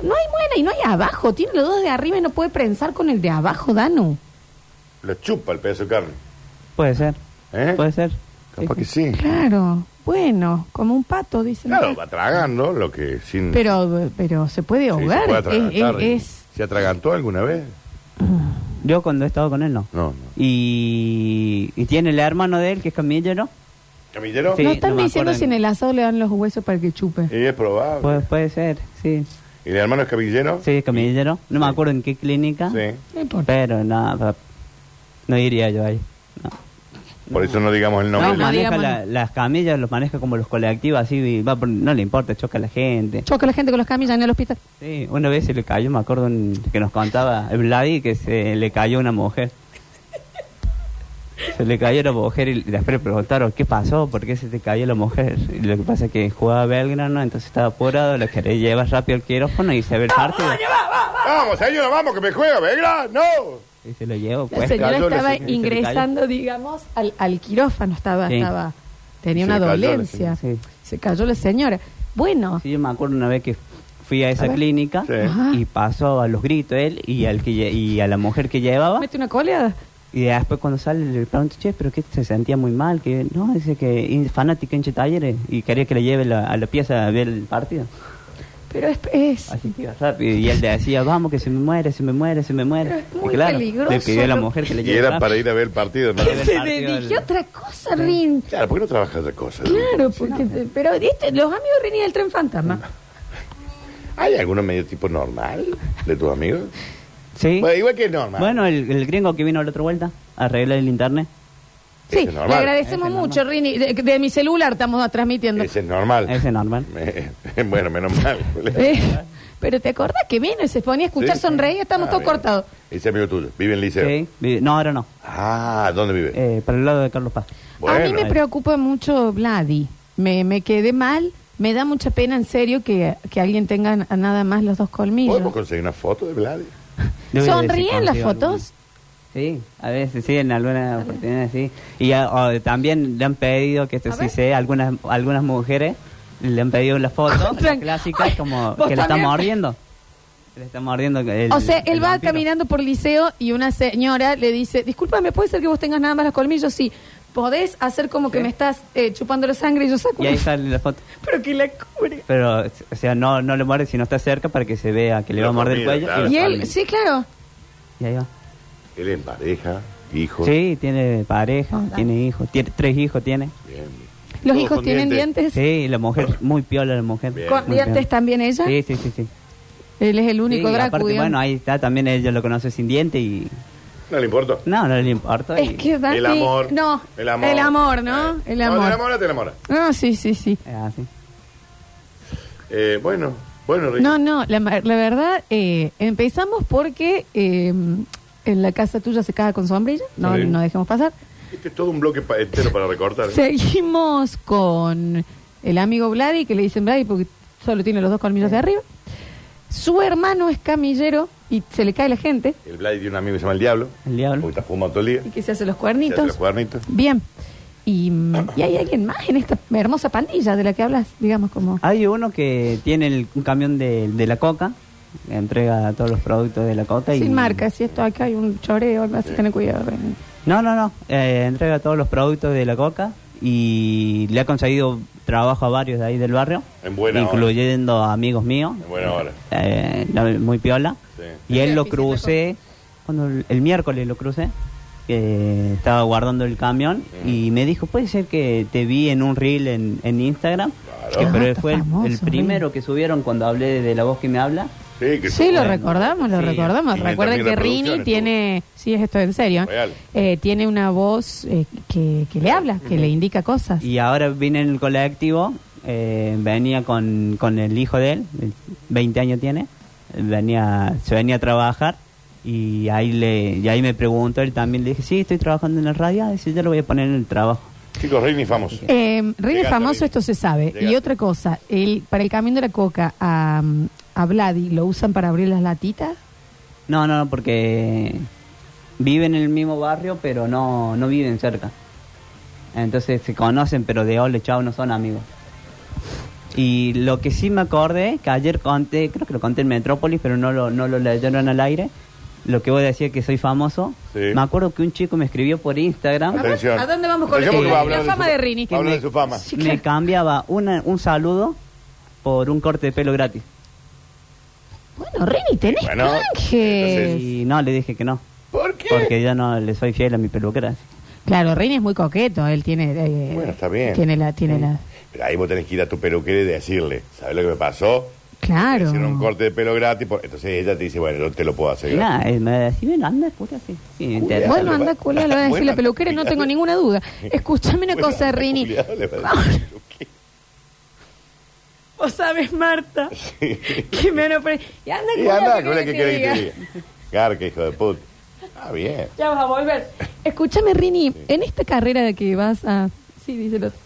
S1: No hay muela y no hay abajo. Tiene los dos de arriba y no puede prensar con el de abajo, Danu.
S2: Lo chupa el pedazo de carne.
S3: Puede ser.
S2: ¿Eh?
S3: Puede ser.
S2: Capaz que sí.
S1: Claro. Bueno, como un pato, dicen.
S2: Claro,
S1: acá.
S2: va tragando lo que sin.
S1: pero, pero se puede
S2: sí, se
S1: ahogar.
S2: puede
S1: Es- es-
S2: atragantar.
S1: es
S2: ¿Se atragantó alguna vez?
S3: Yo cuando he estado con él, no.
S2: No,
S3: Y, y tiene el hermano de él, que es camillero.
S2: ¿Camillero?
S3: Sí,
S1: no están
S3: no me
S1: diciendo
S3: acuerdo
S1: si en el asado le dan los huesos para que chupe.
S2: Y es probable.
S3: Puede, puede ser, sí.
S2: ¿Y el hermano es camillero?
S3: Sí, es camillero. No me acuerdo en qué clínica.
S2: Sí.
S1: No importa.
S3: Pero nada, no iría yo ahí.
S2: Por eso no digamos el
S3: No,
S2: nombre. del-
S3: maneja
S1: digamos,
S3: la- las camillas, los maneja como los colectivos, así, y va por- no le importa, choca a la gente.
S1: Choca la gente con los camillas en el hospital.
S3: Sí, una vez se le cayó, me acuerdo un- que nos contaba el Vladi que se le cayó una mujer. Se le cayó la mujer y después le preguntaron, ¿qué pasó? ¿Por qué se te cayó la mujer? Y lo que pasa es que jugaba Belgrano, entonces estaba apurado, la quería llevar rápido al quirófano y se ve el partido.
S2: Vamos, señora, vamos, que me juega, Belgrano. No.
S3: Y se lo llevó.
S1: La
S3: pues.
S1: señora
S3: Cayó, le-
S1: estaba
S3: se le cayó.
S1: ingresando, digamos, al, al quirófano. Estaba,
S3: Sí.
S1: estaba tenía
S3: Se
S1: una
S3: le cayó la
S1: dolencia.
S3: señora, sí.
S1: Se cayó la señora. Bueno,
S3: Sí, yo me acuerdo una vez que fui a esa
S1: A ver.
S3: clínica
S1: Sí. Ajá.
S3: y pasó a los gritos él y, al que, lle- y a la mujer que llevaba.
S1: mete una coleada.
S3: Y después cuando sale le pregunto, che, pero que se sentía muy mal, que no, dice que in- fanática hinche talleres y quería que le lleve la- a la pieza a ver el partido.
S1: Pero es, es
S3: Así que iba rápido. Y él le decía, vamos, que se me muere, se me muere, se me muere.
S1: muy
S3: y claro,
S1: peligroso,
S3: le pidió a la
S1: ¿no?
S3: mujer que le
S2: Y
S3: lleve
S2: era
S3: rápido.
S2: para ir a ver el partido. ¿no?
S1: se dedique a otra cosa, Rin.
S2: Claro, ¿por qué no trabajas otra cosa?
S1: Claro, porque, pero este, los amigos de Rini del tren fantasma.
S2: ¿Hay alguno medio tipo normal de tus amigos?
S3: Sí.
S2: Bueno, igual que es normal.
S3: Bueno, el, el gringo que vino a la otra vuelta, arregló el internet.
S1: Sí,
S3: es
S1: le
S3: normal.
S1: agradecemos mucho, Rini. De, de mi celular estamos transmitiendo.
S2: Ese es normal.
S3: Ese es normal.
S2: bueno, menos mal.
S1: Eh, pero te acordás que vino y se ponía a escuchar
S2: Sí.
S1: sonreír, estamos
S2: Ah,
S1: todos
S2: bien.
S1: cortados.
S2: Ese amigo tuyo, vive en Liceo.
S3: Sí, vive- No, ahora no.
S2: Ah, ¿dónde vive?
S3: Eh, para el lado de Carlos Paz.
S1: A
S2: eh.
S1: mí me preocupa mucho Vladi. Me, me quedé mal. Me da mucha pena, en serio, que, que alguien tenga na- nada más los dos
S2: ¿Podemos
S1: colmillos.
S2: conseguir una foto de Vlad?
S3: Debe de decir,
S1: ¿Sonríen las
S3: consigo alguna.
S1: fotos?
S3: Sí, a veces sí, en algunas oportunidades sí. Y a- o también le han pedido, que esto sí sé, algunas, algunas mujeres le han pedido la foto, la clásica, como
S1: vos
S3: que le está
S1: también.
S3: mordiendo. Le está mordiendo el,
S1: o sea, él
S3: el
S1: va
S3: vampiro.
S1: caminando por liceo y una señora le dice, discúlpame, ¿puede ser que vos tengas nada más los colmillos? Sí. ¿Podés hacer como que me estás eh, chupando la sangre y yo saco?
S3: Y ahí sale la foto.
S1: Pero que la cubre.
S3: Pero, o sea, no, no le muerde si no está cerca para que se vea que le va a morder el
S2: comida,
S3: cuello.
S2: claro.
S3: lo
S1: Y él,
S3: palma.
S1: sí, claro.
S3: Y ahí va.
S2: Él en pareja, hijo.
S3: Sí, tiene pareja, tiene hijos, tiene, tres hijos tiene.
S1: ¿Los hijos tienen dientes?
S3: Sí, la mujer, muy piola la mujer.
S1: ¿Con
S3: muy
S1: dientes
S3: piola.
S1: también ella?
S3: Sí, sí, sí, sí.
S1: Él es el único
S3: Sí,
S1: Drácula.
S3: aparte, bueno, ahí está, también ella lo conoce sin diente y...
S2: No le importa.
S3: No, no le importa.
S1: Es
S3: y-
S1: que Dani-
S2: El amor.
S1: No,
S2: El amor. Eh.
S1: El amor, ¿no? El
S2: No, te
S1: amor.
S2: enamora, te enamora.
S1: No, sí, sí, sí.
S2: Eh, bueno, bueno, Ricky.
S1: No, no, la, ma- la verdad, eh, empezamos porque eh, en la casa tuya se caga con sombrilla. No,
S2: Sí.
S1: no dejemos pasar.
S2: Este es todo un bloque pa- entero para recortar. ¿eh?
S1: Seguimos con el amigo Vladi, que le dicen Vladi porque solo tiene los dos colmillos de arriba. Su hermano es camillero y se le cae la gente
S2: El Vlad tiene un amigo que se llama El Diablo.
S3: El Diablo.
S2: Porque está fumando todo el día.
S1: y que se hace los
S2: Se hace
S1: cuernitos.
S2: los cuernitos.
S1: Bien. Y, mm, y hay alguien más en esta hermosa pandilla de la que hablas, digamos, como.
S3: Hay uno que tiene el- un camión de, de la coca, entrega todos los productos de la coca. y,
S1: Sin marca, si esto acá hay un choreo, vas a tener cuidado. eh.
S3: No, no, no. eh, entrega todos los productos de la coca y le ha conseguido trabajo a varios de ahí del barrio.
S2: En buena hora.
S3: Incluyendo a amigos míos.
S2: Bueno, ahora.
S3: eh, no, muy piola.
S2: Sí.
S3: Y él lo crucé, cuando el, el miércoles lo crucé, que estaba guardando el camión y me dijo, puede ser que te vi en un reel en, en Instagram, que, pero
S1: está
S3: fue el,
S1: famoso,
S3: el
S1: reel.
S3: primero que subieron cuando hablé de la voz que me habla.
S2: Sí,
S1: Sí, lo recordamos, lo
S3: Sí.
S1: recordamos.
S3: Y
S1: Recuerden que
S3: mientras mira
S1: Rini
S3: producciones,
S1: tiene, sí, esto es en serio,
S3: Real.
S1: eh, tiene una voz eh, que, que le habla, que le indica cosas.
S3: Y ahora vine en el colectivo, eh, venía con, con el hijo de él, 20 años tiene, venía, se venía a trabajar y ahí le y ahí me preguntó, él también le dije, sí, estoy trabajando en la radio, ah, sí, yo lo voy a poner en el trabajo.
S2: Chicos, Rini famoso.
S1: Eh, Rini es
S3: Llegaste,
S1: famoso, esto se sabe. Y
S3: Llegaste.
S1: otra cosa, el, para el camión de la coca a, mm, a Vladi, ¿lo usan para abrir las latitas?
S3: No, no, no, porque viven en el mismo barrio, pero no, no viven cerca. Entonces se conocen, pero de ole chao no son amigos. Y lo que sí me acordé, que ayer conté, creo que lo conté en Metrópolis, pero no lo, no lo leyeron al aire, lo que voy a decir que soy famoso.
S2: Sí.
S3: Me acuerdo que un chico me escribió por Instagram.
S2: Atención. Atención porque va a hablar su- va a hablar de su fama.
S3: Me cambiaba una- un saludo por un corte de pelo gratis.
S1: Bueno, Rini, tenés
S3: Bueno,
S1: canjes.
S3: Y no, le dije que no.
S2: ¿Por qué?
S3: Porque yo no le soy fiel a mi peluquera.
S1: Claro, Rini es muy coqueto, él tiene... eh,
S2: Bueno, está bien.
S1: Tiene la... Tiene la
S2: Pero ahí vos tenés que ir a tu peluquero y decirle, ¿sabes lo que me pasó?
S1: claro.
S2: Hicieron un corte de pelo gratis. por- Entonces ella te dice, bueno, yo te lo puedo hacer.
S3: Y nada, eh, me decía, bueno, anda, puta, sí. sí te-
S1: Bueno, anda, culiao, le va a decir la
S3: Bueno,
S1: peluquera, no tengo ninguna duda. Escuchame una cosa, Rini. Vos sabés, Marta, que me van a poner... Y anda,
S2: Y
S1: culiao,
S2: anda,
S1: ¿qué
S2: ¿qué
S1: querés que
S2: que querés que
S1: diga?
S2: te diga? Garca, hijo de puta. Ah, bien.
S1: Ya vas a volver. Escúchame, Rini, en esta carrera de que vas a... Sí, dice el otro.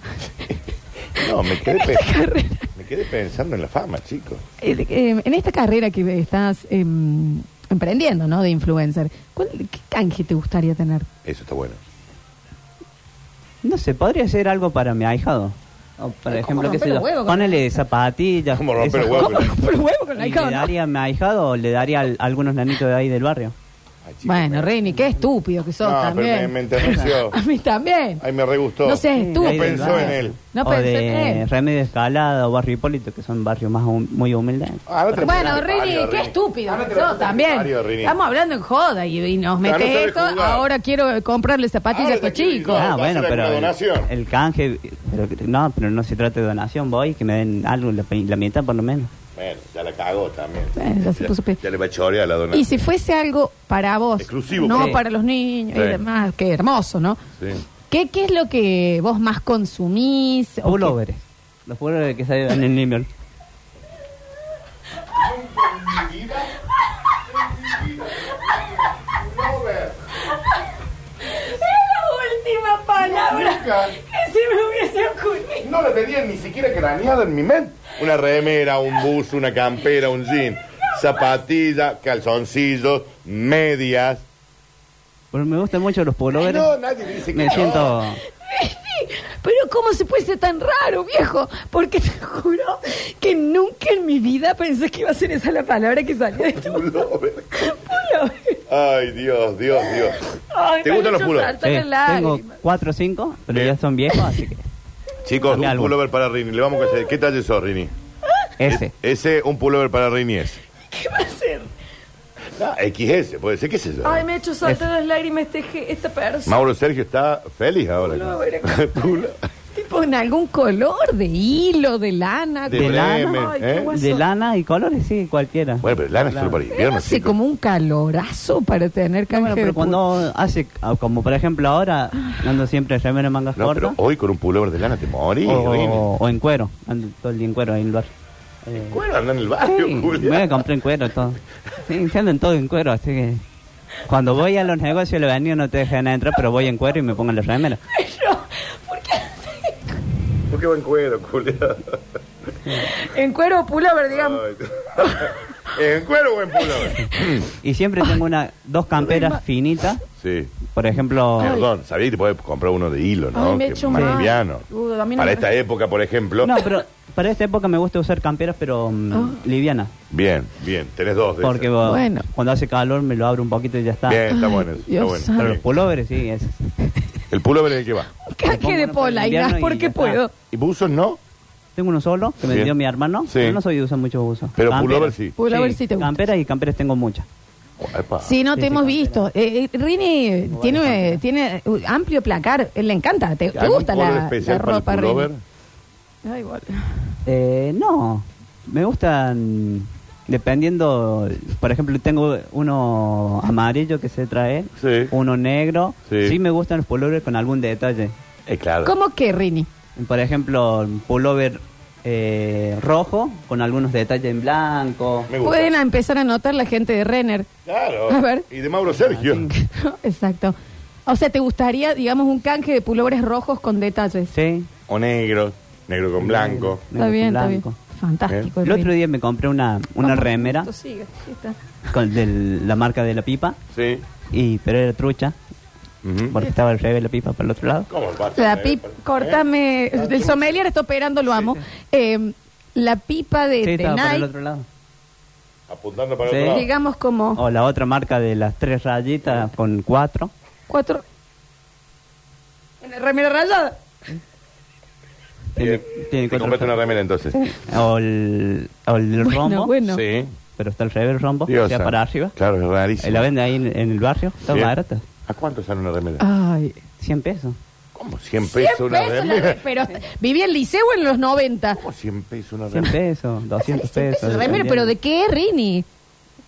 S2: No, me quedé, pe- me quedé pensando en la fama, chicos.
S1: Eh, de- eh, en esta carrera que estás em, emprendiendo, ¿no? De influencer, ¿cuál- ¿qué canje te gustaría tener?
S2: Eso está bueno.
S3: No sé, podría hacer algo para mi ahijado. O, por ejemplo, qué
S1: romper
S3: sé
S1: los
S3: yo,
S1: huevos con-
S3: ponele zapatillas. ¿Cómo
S2: romper los huevos? ¿Cómo
S1: romper los huevos con el
S3: ¿Le
S1: ahijado, no?
S3: daría a mi ahijado o le daría al- a algunos nanitos de ahí del barrio?
S1: bueno, Rini, qué estúpido que sos
S3: No, pero
S1: también.
S3: me- me enterneció.
S1: A mí también.
S2: Ay, me re gustó.
S1: No seas estúpido.
S3: Ahí del barrio.
S1: No
S3: o
S1: pensé
S3: de
S1: en él.
S3: Remedio Escalada o Barrio Hipólito, que son barrios más hum- muy humildes.
S2: Ah,
S1: Bueno, Rini, qué estúpido que sos
S3: barrio,
S1: también.
S3: Rini.
S1: Estamos hablando en joda y, y nos
S3: Claro,
S1: metes
S3: no sabes
S1: esto.
S3: jugar.
S1: Ahora quiero comprarle zapatillas a tu chico.
S3: Ah, bueno, pero el, el canje, pero que- no, pero no se trata de donación, voy, que me den algo, la, pe- la mitad por lo menos.
S2: Bueno, ya la cagó también.
S1: Bueno, ya se puso pe-
S2: ya le va a chorear a la dona.
S1: Y si fuese algo para vos,
S2: Exclusivo,
S1: no
S2: claro.
S1: para los niños
S2: Sí.
S1: y demás, qué hermoso, ¿no?
S2: Sí.
S1: ¿Qué, ¿Qué es lo que vos más consumís? o
S3: Pulóveres. Los pulóveres que se en el nivel.
S1: Es la última palabra que se me hubiese ocurrido.
S2: No la tenía ni siquiera craneada en mi mente. Una remera, un bus, una campera, un jean, zapatillas, calzoncillos, medias.
S3: Pero me gustan mucho los pulóveres.
S2: Ay, no, nadie dice que
S3: Me
S2: no.
S3: siento...
S1: Sí, Pero ¿cómo se puede ser tan raro, viejo? Porque te juro que nunca en mi vida pensé que iba a ser esa la palabra que salía de tu
S2: Ay, Dios, Dios, Dios.
S1: Ay,
S2: ¿Te
S1: me han
S2: gustan los
S1: hecho
S2: pullovers?
S1: saltar las
S2: Sí,
S1: lágrimas.
S3: eh, Tengo cuatro o cinco, pero ya son viejos, así que...
S2: Chicos,
S3: Dame
S2: un
S3: algo.
S2: pullover para Rini. Le vamos a hacer. ¿Qué talle sos, Rini?
S3: Ese.
S2: Ese, un pullover para Rini es.
S1: ¿Qué va a ser?
S2: Ah, XS, puede ser, ¿qué es eso?
S1: Ay, me ha hecho saltar las lágrimas este, ge- esta persona.
S2: Mauro Sergio está feliz ahora.
S1: Pullover. eh.
S2: Pulo-
S1: Tipo en algún color de hilo, de lana,
S2: De
S1: con-
S2: Bremen,
S1: Ay, qué
S2: ¿eh?
S1: guaso.
S3: De lana y colores, sí, cualquiera.
S2: Bueno, pero lana es solo para invierno,
S1: Hace
S2: chicos.
S1: como un calorazo para tener canje
S3: Bueno,
S1: de
S3: pero cuando hace, ah, como por ejemplo ahora, ando siempre en remera mangas
S2: No, pero
S3: cortas.
S2: hoy con un pullover de lana te morís,
S3: Oh.
S2: Rini.
S3: O, o en cuero, ando todo el día en cuero ahí en el barrio.
S2: ¿En cuero? Anda en el barrio,
S3: Sí,
S2: Julia.
S3: me compré en cuero todo. Sí, se andan todo en cuero, así que. Cuando voy a los negocios, los venidos no te dejan entrar, pero voy en cuero y me pongo los remeros.
S2: ¿Por qué va en cuero, culiado?
S1: En cuero o pullover, digamos.
S2: ¿En cuero o en pullover?
S3: Y siempre tengo una, dos camperas finitas.
S2: Sí.
S3: Por ejemplo.
S1: Ah.
S2: Perdón, sabía que te podés comprar uno de hilo, ¿no?
S1: Ay, me
S2: Que
S1: echo
S2: más
S1: mal.
S2: liviano.
S1: Udo, a mí no
S2: Para
S1: me-
S2: esta época, por ejemplo.
S3: No, pero para esta época me gusta usar camperas, pero mm,
S1: Ah.
S3: livianas.
S2: Bien, bien. Tenés dos de
S3: Porque
S2: esas.
S3: bueno. cuando hace calor me lo abro un poquito y ya está.
S2: Bien, está bueno. eso, Está
S1: Dios
S2: bueno.
S1: santo.
S3: Pero los pulóveres, sí, es.
S2: El pullover es el que va.
S1: Caje de polainas,
S3: invierno y ya
S1: porque
S3: está.
S1: puedo.
S2: ¿Y buzos no?
S3: Tengo uno solo que me
S2: Bien.
S3: dio mi hermano.
S2: Sí.
S3: Yo no soy de usar muchos usos.
S2: Pero pullover sí.
S1: Pullover sí te gusta.
S3: Camperas y camperas tengo muchas.
S2: Epa.
S1: Sí, no te hemos visto. Eh, eh, Rini tiene, tiene uh, amplio placar. Eh, Le encanta. ¿Te, te
S2: ¿Algún
S1: gusta
S2: color
S1: la,
S2: especial
S1: la
S2: para el
S1: ropa,
S2: pullover?
S1: Rini? Ay, bol-
S3: Eh, no, me gustan dependiendo, por ejemplo, tengo uno amarillo que se trae,
S2: Sí.
S3: uno negro,
S2: Sí.
S3: sí. me gustan los pullovers con algún detalle.
S2: Eh, claro.
S1: ¿Cómo que, Rini?
S3: Por ejemplo, un pullover eh, rojo con algunos detalles en blanco.
S1: Pueden a empezar a notar la gente de Renner.
S2: Claro.
S1: A ver. Ah,
S2: Y de Mauro Sergio.
S1: Exacto. O sea, ¿te gustaría, digamos, un canje de pulobres rojos con detalles?
S3: Sí,
S2: O negro, negro con blanco.
S1: Está
S3: negro
S1: bien,
S3: con
S1: está bien.
S3: blanco.
S1: Fantástico.
S3: El otro día me compré una, una remera
S1: Esto sigue, aquí está.
S3: con del- la marca de la pipa,
S2: Sí.
S3: y pero era trucha, porque estaba el revés de la pipa para el otro lado.
S2: ¿Cómo pasa?
S1: La pipa,
S2: ¿eh? Ah,
S1: cortame, el sommelier está operando, lo amo. Eh, la pipa de,
S3: Sí,
S1: de
S3: estaba para el
S1: este, Nike,
S3: otro lado.
S2: Apuntando para
S3: Sí.
S2: otro lado.
S1: digamos como
S3: O la otra marca de las tres rayitas con cuatro.
S1: cuatro... Una remera rayada.
S3: Tiene, tiene
S2: Te
S3: cuatro
S2: compraste una
S3: rayitas.
S2: remera entonces.
S3: O el, o el
S1: Bueno,
S3: rombo.
S1: bueno.
S2: Sí.
S3: Pero está el revés del rombo,
S2: Dios
S3: o sea,
S2: santo.
S3: para arriba.
S2: Claro, es
S3: Eh,
S2: rarísimo.
S3: La vende ahí en, en el barrio. Está
S2: Bien.
S3: barata.
S2: ¿A cuánto sale una remera?
S1: Ay,
S3: 100 pesos.
S2: ¿Cómo? ¿100
S1: 100
S2: pesos una
S1: pesos la
S2: remera?
S1: re- pero vivía en liceo en los 90.
S2: ¿Cómo 100 pesos una
S3: 100
S2: remera?
S3: pesos, 200 pesos.
S1: Remera, pero ¿de qué, Rini?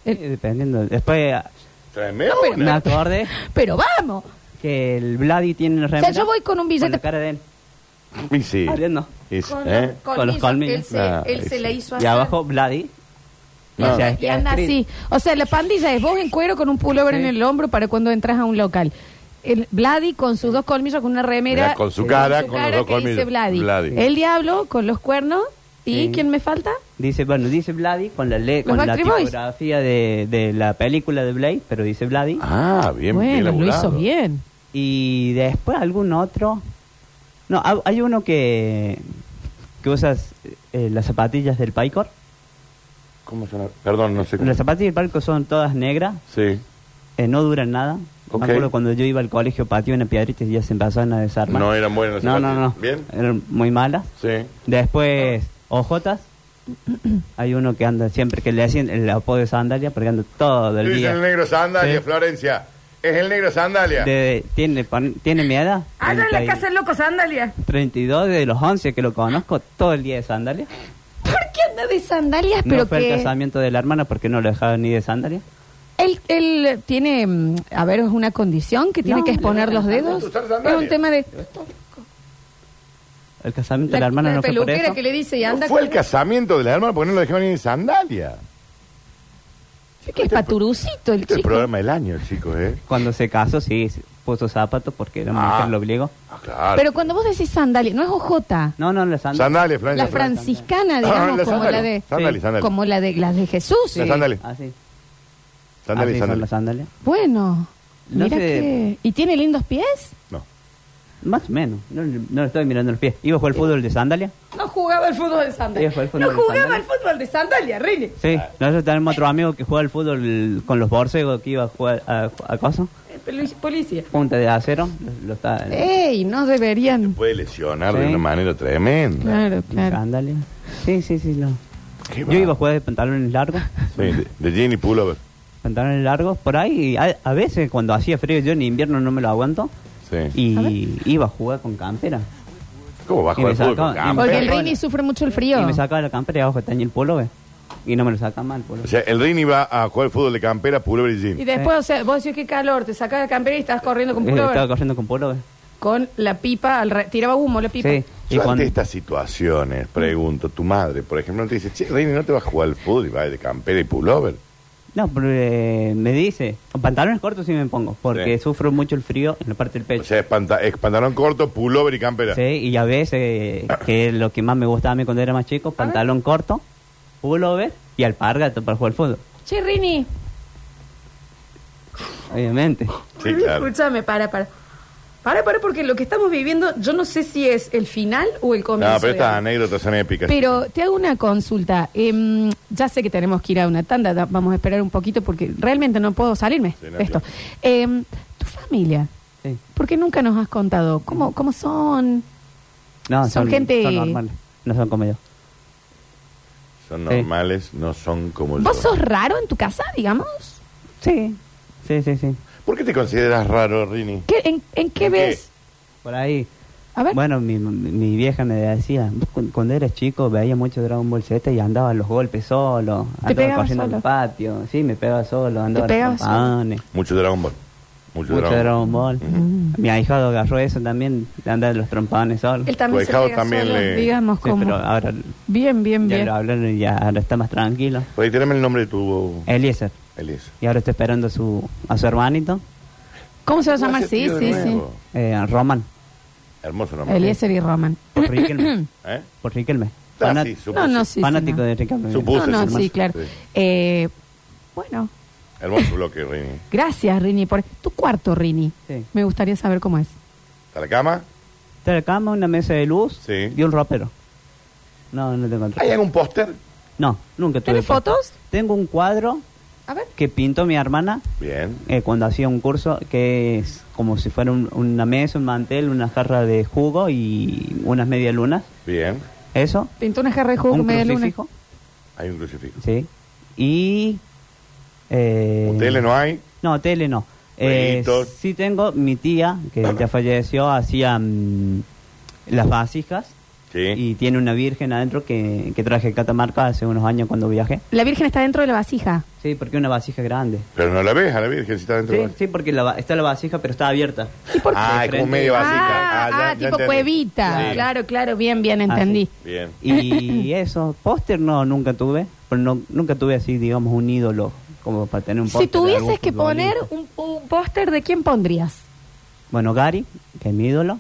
S3: dependiendo. Sí, dependiendo. Después ah,
S2: Tremenda.
S3: me acordé
S1: Pero vamos.
S3: que el Vladi tiene una remera.
S1: yo voy con un billete-
S3: Con la cara de él.
S2: Y sí.
S3: Abriendo.
S2: Es-
S1: Con
S2: ¿eh?
S1: los
S3: Con los colmillos.
S1: Él se,
S2: Ah,
S1: él se
S2: sí.
S1: la hizo
S3: Y
S1: así.
S3: abajo, Vladi.
S1: Y,
S3: O sea,
S1: Ah. y anda así. O sea, la pandilla es vos en cuero con un pullover en el hombro para cuando entras a un local. El Vladi con sus dos colmillos, con una remera.
S2: Mirá, con su cara, con los dos
S1: que dice
S2: colmillos.
S1: Vladi.
S2: Vladi.
S1: El diablo con los cuernos. ¿Y
S3: Sí.
S1: quién me falta?
S3: Dice, bueno, dice Vladi con la, le-
S1: ¿Los
S3: con la
S1: Backstreet Boys?
S3: tipografía de, de la película de Blade, pero dice Vladi.
S2: Ah, bien, bien
S1: bueno, lo
S2: elaborado.
S1: hizo bien.
S3: Y después algún otro. No, ha- hay uno que, que usas eh, las zapatillas del Picor.
S2: ¿Cómo son? las- Perdón, no sé cómo.
S3: Las zapatillas del Picor son todas negras,
S2: Sí.
S3: eh, no duran nada.
S2: Ok.
S3: Me acuerdo cuando yo iba al colegio patio una piedrita y ya se empezaban a desarmar.
S2: No eran buenas las
S3: No, no, no.
S2: zapatillas.
S3: Eran muy malas.
S2: Sí.
S3: Después, ojotas. Hay uno que anda siempre, que le hacen el apodo de sandalia, porque anda todo el
S2: Dicen
S3: día.
S2: el negro sandalia,
S3: Sí.
S2: Florencia. Es el negro sandalia.
S3: De- tiene, pon- tiene mi edad.
S1: Allá Ah, en la
S3: 30 y-
S1: casa del loco sandalia.
S3: 32 de los 11 que lo conozco todo el día de sandalia.
S1: ¿Por qué anda de sandalias?
S3: No
S1: pero
S3: fue el
S1: que.
S3: casamiento de la hermana porque no lo dejaba ni de sandalia.
S1: Él, él tiene, mm, a ver, es una condición que tiene
S3: No,
S1: que exponer
S3: le
S1: los
S3: gustan
S1: dedos.
S2: tanto usar
S1: Es
S2: sandalias.
S1: un tema de
S3: El casamiento de la hermana no fue por
S1: peluquera
S3: eso.
S1: que le dice y
S2: No
S1: anda.
S2: fue el
S1: con-
S2: casamiento de la hermana porque no lo dejaban ni en sandalia.
S1: que es paturucito el
S2: Este es el
S1: chico.
S2: programa del año, chicos, ¿eh?
S3: Cuando se casó, sí, se puso zapatos porque la
S2: Ah.
S3: mujer lo obligó.
S2: Ah, claro.
S1: Pero cuando vos decís sandalia, no es ojota.
S3: No, no, la sandalia.
S2: sandalia, Florencia.
S1: La franciscana, digamos,
S2: Ah, la
S1: como,
S2: sandalia.
S1: la de,
S2: Sandalia, sandalia.
S1: como la de las de Jesús. eh.
S2: La sandalia.
S3: Así.
S2: Sandalia,
S3: Así Ah, son
S2: sandalia.
S3: las sandalias.
S1: Bueno,
S3: No
S1: mira
S3: sé.
S1: que... ¿Y tiene lindos pies?
S2: No.
S3: Más o menos. No, no le estoy mirando los pies. Iba a jugar al fútbol de sandalia.
S1: No jugaba al fútbol de sandalia.
S3: Sí, fue al fútbol No de jugaba sandalia.
S1: fútbol de sandalia, Rini.
S3: Sí.
S2: Ah.
S3: Nosotros tenemos otro amigo que juega al fútbol con los borcegos que iba a jugar a, a cosa.
S1: Policía.
S3: Punta de acero. Lo, lo está.
S1: Ey, no deberían.
S2: Puede lesionar de
S3: Sí.
S2: una manera tremenda.
S1: Claro, claro.
S3: Sandalia. Sí, sí, sí. No.
S2: Qué
S3: Yo
S2: bárbaro.
S3: iba a jugar de pantalones largos.
S2: Sí, de, de jean y pullover.
S3: pantalones largos por ahí. y A, a veces cuando hacía frío yo en invierno no me lo aguanto
S2: Sí.
S3: y iba a jugar con campera.
S2: ¿Cómo va a
S3: Y me
S2: jugar fútbol con
S3: sacaban-
S2: campo?
S1: Porque el
S3: Bueno.
S1: Rini sufre mucho el frío.
S3: Y me sacaba la campera y abajo tenía el polo, Y no me lo saca mal el polo.
S2: O sea, el Rini va a jugar fútbol de campera, pullover y
S1: Y
S2: jean.
S1: después, o sea, vos decís que calor, te sacás la campera y estás corriendo con pullover.
S3: Estaba corriendo con polo,
S1: Con la pipa, al re- tiraba humo la pipa.
S3: Sí. Y
S2: Yo
S3: cuando-
S2: ante estas situaciones, pregunto, tu madre, por ejemplo, no te dice, che, Rini, ¿no te vas a jugar al fútbol y vas de campera y pullover?
S3: No, pero, eh, me dice, pantalones cortos sí me pongo, porque sufro mucho el frío en la parte del pecho.
S2: O sea, es panta- es pantalón corto, pullover y campera.
S3: Sí, y a veces, eh, que es lo que más me gustaba a mí cuando era más chico, pantalón corto, pullover y alpargata para jugar al fútbol,
S1: Che, Rini,
S3: obviamente.
S2: Sí,
S1: escúchame, para, para. Para, para, porque lo que estamos viviendo, yo no sé si es el final o el comienzo.
S2: No, pero
S1: digamos.
S2: estas anécdotas son épicas.
S1: eh. Pero te hago una consulta. Em, ya sé que tenemos que ir a una tanda, da- vamos a esperar un poquito porque realmente no puedo salirme
S2: Sí, no,
S1: de esto. Em, tu familia,
S3: Sí.
S1: ¿por qué nunca nos has contado cómo, cómo son?
S3: No,
S1: Son gente-
S3: Son normales, no son como yo.
S2: Son normales, no son como
S1: ¿Vos
S2: yo.
S1: sos raro en tu casa, digamos?
S3: Sí. Sí, sí, sí.
S2: ¿Por qué te consideras raro, Rini?
S1: ¿Qué- en, en qué ves?
S3: Por ahí.
S1: A ver.
S3: Bueno, mi, mi- mi vieja me decía, "Vos cu- cuando eras chico veía mucho Dragon Ball Z y andaba a los golpes solo, andaba
S1: pegabas
S3: corriendo
S1: solo?
S3: al patio, sí, me pegaba solo, andaba
S1: ¿Te
S3: a los
S1: pegabas solo?
S3: campanes.
S2: Mucho Dragon Ball. Mucho,
S3: Mucho Dragon Ball.
S1: Mm.
S3: Mi ahijado agarró eso también, de andar a los trompanes solo.
S1: Él
S2: Pues,
S1: también Tu se ahijado pega también solo, le- digamos
S3: Sí,
S1: cómo.
S3: pero ahora
S1: Bien, bien,
S3: ya
S1: bien.
S3: lo hablaron y ya ahora está más tranquilo.
S2: Reiterame pues, el nombre de tu...
S3: Eliezer.
S2: Eliezer.
S3: Y ahora está esperando a su, a su hermanito,
S1: ¿Cómo se va a
S2: No
S1: llamar?
S2: hace
S1: Sí,
S2: tío de
S1: sí, sí.
S2: nuevo.
S3: eh, a Roman,
S2: Hermoso nombre.
S1: Eliezer y Roman.
S3: por Riquelme.
S2: ¿Eh?
S3: por Riquelme.
S2: Ah,
S3: Fanat-
S2: sí, supuse.
S1: No, no, sí. sí,
S3: fanático
S1: no.
S3: de Riquelme.
S1: No,
S2: Supuse,
S1: no,
S2: supuse.
S1: sí, claro.
S2: Sí.
S1: Eh, bueno,
S2: Hermoso bloque, Rini.
S1: gracias, Rini, por tu cuarto, Rini.
S3: Sí.
S1: Me gustaría saber cómo es.
S2: ¿Está la cama?
S3: Está la cama, una mesa de luz
S2: Sí.
S3: y un ropero. No, no tengo otro.
S2: ¿Hay algún póster?
S3: No, nunca tuve.
S1: ¿Tenés
S3: foto.
S1: fotos?
S3: Tengo un cuadro
S1: A ver.
S3: que pintó mi hermana
S2: Bien.
S3: eh, cuando hacía un curso que es como si fuera un- una mesa, un mantel, una jarra de jugo y unas media lunas.
S2: Bien.
S3: Eso.
S1: Pintó una jarra de jugo
S3: un
S1: con media luna.
S3: crucifijo.
S2: Hay un crucifijo.
S3: Sí. Y. eh,
S2: ¿Tele no hay?
S3: No, tele no. Eh,
S2: Jueguitos.
S3: sí tengo mi tía, que ya falleció, hacía mm, las vasijas
S2: Sí.
S3: y tiene una virgen adentro que, que traje de Catamarca hace unos años cuando viajé.
S1: La Virgen está dentro de la vasija.
S3: Sí, porque una vasija grande.
S2: Pero no la ves a la Virgen si está dentro.
S3: Sí,
S2: del-
S3: sí, porque la va- está la vasija, pero está abierta.
S2: Ah, es como
S3: frente.
S2: medio vasija.
S1: Ah,
S2: Ah, ya-
S1: ah,
S2: ya
S1: tipo
S2: entendí.
S1: cuevita.
S2: Sí.
S1: Claro, claro, bien,
S3: Ah,
S1: bien, entendí.
S2: Bien.
S3: Y eso, póster no, nunca tuve. Pero no, nunca tuve así, digamos, un ídolo como para tener un
S1: Si
S3: póster. de algún
S1: tuvieses que poner
S3: futbolista.
S1: un, un póster, ¿de quién pondrías?
S3: Bueno, Gary, que es mi ídolo.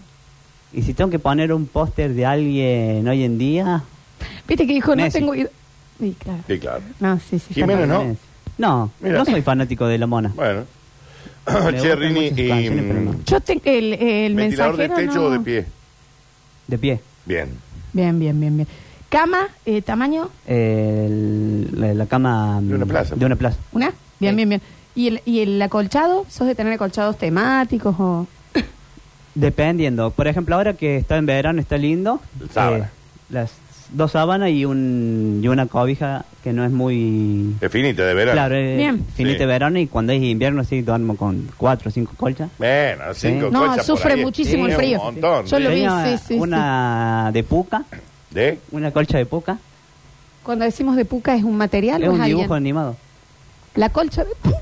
S3: Y si tengo que poner un póster de alguien hoy en día...
S1: Viste que dijo,
S3: Messi.
S1: no tengo... id- Sí, claro.
S2: Sí, claro.
S1: No, sí, sí. está
S2: Jimena,
S1: bien.
S2: ¿no?
S3: pues, No,
S2: Mira.
S3: no soy fanático de la mona.
S2: Bueno.
S3: Me
S2: che,
S3: gustan
S2: Rini,
S3: muchas
S2: y...
S3: canciones, pero no.
S2: mm,
S1: Yo tengo el, el
S2: ¿Ventilador de
S1: mensajero...
S2: techo
S1: no.
S2: o de pie?
S3: De pie.
S2: Bien.
S1: Bien, bien, bien, bien. Cama, eh, tamaño,
S3: El- la, la cama... mm,
S2: De una plaza.
S3: De una plaza.
S1: una. Bien, bien, bien. ¿Y el, ¿Y el acolchado? ¿Sos de tener acolchados temáticos o...?
S3: Dependiendo. Por ejemplo, ahora que está en verano, está lindo.
S2: El sábana.
S3: Eh, las dos sábanas y, un, y una cobija que no es muy...
S2: Es finita, de verano.
S3: Claro, eh. es
S1: Bien.
S3: finita
S2: Sí.
S3: verano y cuando es invierno sí duermo con cuatro o cinco colchas.
S2: Bueno, cinco
S3: Sí.
S1: No,
S2: colchas por
S1: sufre
S2: ahí.
S1: muchísimo
S2: Sí,
S1: el frío.
S2: Un montón.
S1: Yo lo vi,
S3: Tenía
S1: sí, sí,
S3: Una de puca,
S2: ¿De?
S3: una colcha de puca.
S1: Cuando decimos de puca, ¿es un material
S3: Es
S1: o es
S3: un
S1: alguien?
S3: dibujo animado.
S1: La colcha de puca.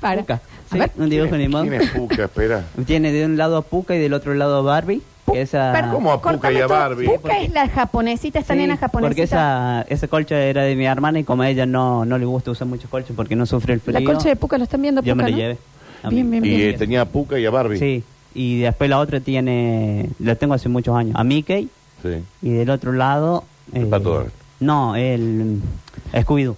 S1: Para.
S3: Puca.
S1: A ver.
S3: Un dibujo animado.
S2: ¿Quién es Puca? Espera.
S3: Tiene de un lado a puca y del otro lado a Barbie. que esa...
S1: Perdón,
S2: ¿Cómo a Puka
S1: cortame
S2: y a
S1: todo.
S2: Barbie?
S1: Puka es la japonesita, esta
S3: Sí,
S1: nena japonesa.
S3: Porque esa, esa colcha era de mi hermana y como a ella no, no le gusta usar muchos colchas porque no sufre el frío.
S1: La colcha de puca lo están viendo,
S3: Yo me
S1: Puka,
S3: la
S1: ¿no?
S3: llevé. a
S1: Bien,
S3: mí.
S1: bien,
S2: Y
S1: bien.
S2: eh, tenía a Puca y a Barbie.
S3: Sí, y después la otra tiene, la tengo hace muchos años, a Mickey
S2: Sí.
S3: y del otro lado... eh,
S2: El Pato Donald.
S3: No, el mm, Scooby-Doo.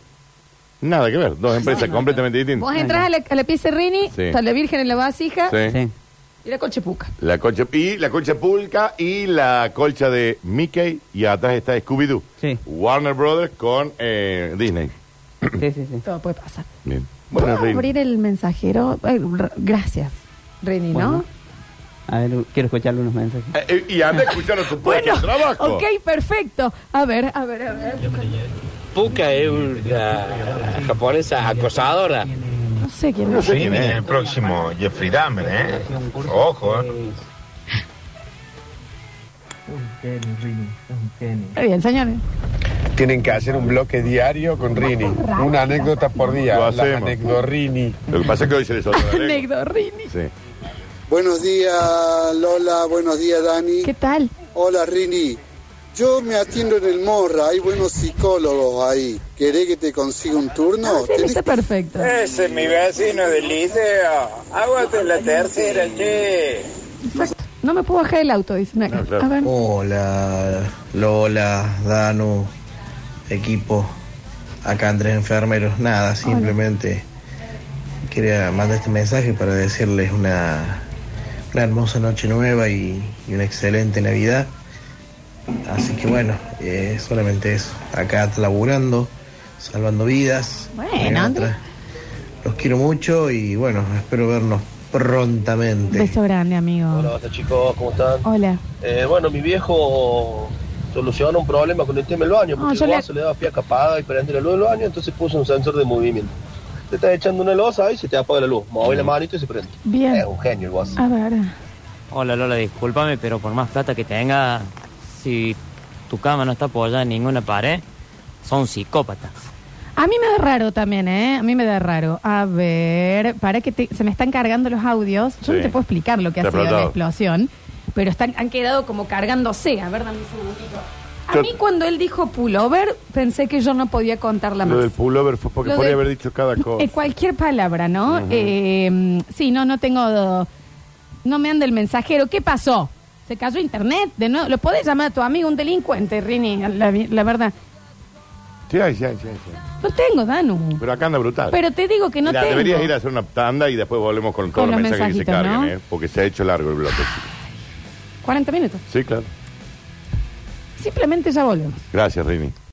S2: Nada que ver. Dos empresas completamente distintas.
S1: Vos e-, entras a la, a la pieza de Rini,
S2: Sí.
S1: está la virgen en la vasija
S2: Sí.
S3: Sí.
S1: y la colcha de puca.
S2: La colcha, y la colcha pulca y la colcha de Mickey y atrás está Scooby-Doo.
S3: Sí.
S2: Warner Brothers con eh, Disney.
S3: Sí, sí, sí.
S1: Todo puede pasar.
S2: Bien.
S1: ¿Puedo
S2: Bueno, Rini.
S1: abrir el mensajero? Ay, r- gracias, Rini, ¿no?
S3: Bueno. A ver, quiero escucharle unos mensajes.
S2: Eh, eh, y anda a escuchar a tu propio
S1: Bueno,
S2: trabajo.
S1: ok, perfecto. A ver, a ver, a ver.
S14: Puka es una japonesa acosadora.
S1: No sé quién
S2: No
S1: es.
S2: sé quién es.
S10: el próximo Jeffrey Dahmer, ¿eh? Ojo, ¿eh?
S1: Está bien, señores.
S5: Tienen que hacer un bloque diario con Rini. Una anécdota por día.
S2: Lo
S5: La
S2: hacemos.
S5: anecdorini.
S2: Lo que pasa es que hoy se les otorga la lengua.
S1: Negdo, Rini.
S2: Sí.
S15: Buenos días, Lola. Buenos días, Dani.
S1: ¿Qué tal?
S15: Hola, Rini.
S16: Yo me atiendo en el Morra, hay buenos psicólogos ahí. ¿Querés que te consiga un turno? Tenés-
S1: Ah, Está perfecto.
S2: Eh,
S5: Ese es mi vecino del liceo. Aguante la tercera, che.
S1: Exacto. No me puedo bajar del auto, dicen acá. A ver.
S11: Oh, Hola, Lola, Danu, equipo. Acá Andrés Enfermeros. Nada, simplemente quería mandar este mensaje para decirles una, una hermosa noche nueva y, y una excelente Navidad. Así que bueno, eh, solamente eso. Acá laburando, salvando vidas.
S1: Bueno,
S11: En
S1: Andrés.
S11: otra. Los quiero mucho y bueno, espero vernos prontamente.
S1: Beso grande, amigo.
S17: Hola, basta chicos, ¿cómo están?
S1: Hola.
S17: Eh, bueno, mi viejo solucionó un problema con el tema del baño,
S1: Ah,
S17: porque
S1: yo
S17: el
S1: le-
S17: vaso le daba pie acapada y prende la luz del baño, entonces puso un sensor de movimiento. Te estás echando una losa y se te apaga la luz. Mueve la manito y se prende.
S1: Bien.
S17: Es un genio el vaso.
S1: A ver.
S7: Hola Lola, discúlpame, pero por más plata que tenga, si tu cama no está apoyada en ninguna pared, son psicópatas.
S1: A mí me da raro también, ¿eh? A mí me da raro. A ver, para que te- se me están cargando los audios. Yo no
S2: Sí.
S1: te puedo explicar lo que ha
S2: Está
S1: sido la
S2: explotado.
S1: explosión, pero están, han quedado como cargándose. A ver, dame un segundito. A mí cuando él dijo pullover, pensé que yo no podía contarla
S2: Lo
S1: más.
S2: del pullover fue porque
S1: Lo
S2: podía
S1: del-
S2: haber dicho cada cosa.
S1: Eh, cualquier palabra, ¿no?
S2: Ujú.
S1: Eh, sí, no, no tengo... No me anda el mensajero. ¿Qué pasó? ¿Se cayó internet? De nuevo, ¿Lo podés llamar a tu amigo un delincuente, Rini? La, la verdad.
S2: Sí, ay, sí, ay, sí, ay, sí.
S1: No tengo, Danu.
S2: Pero acá anda brutal.
S1: Pero te digo que no
S2: Mira,
S1: tengo.
S2: deberías ir a hacer una tanda y después volvemos con
S1: Con
S2: todos los
S1: los
S2: mensajes que se
S1: mensajitos,
S2: cargan,
S1: ¿no?
S2: ¿eh? Porque se ha hecho largo el bloque.
S1: 40 minutos.
S2: Sí, claro.
S1: Simplemente ya volvemos.
S2: Gracias, Rini.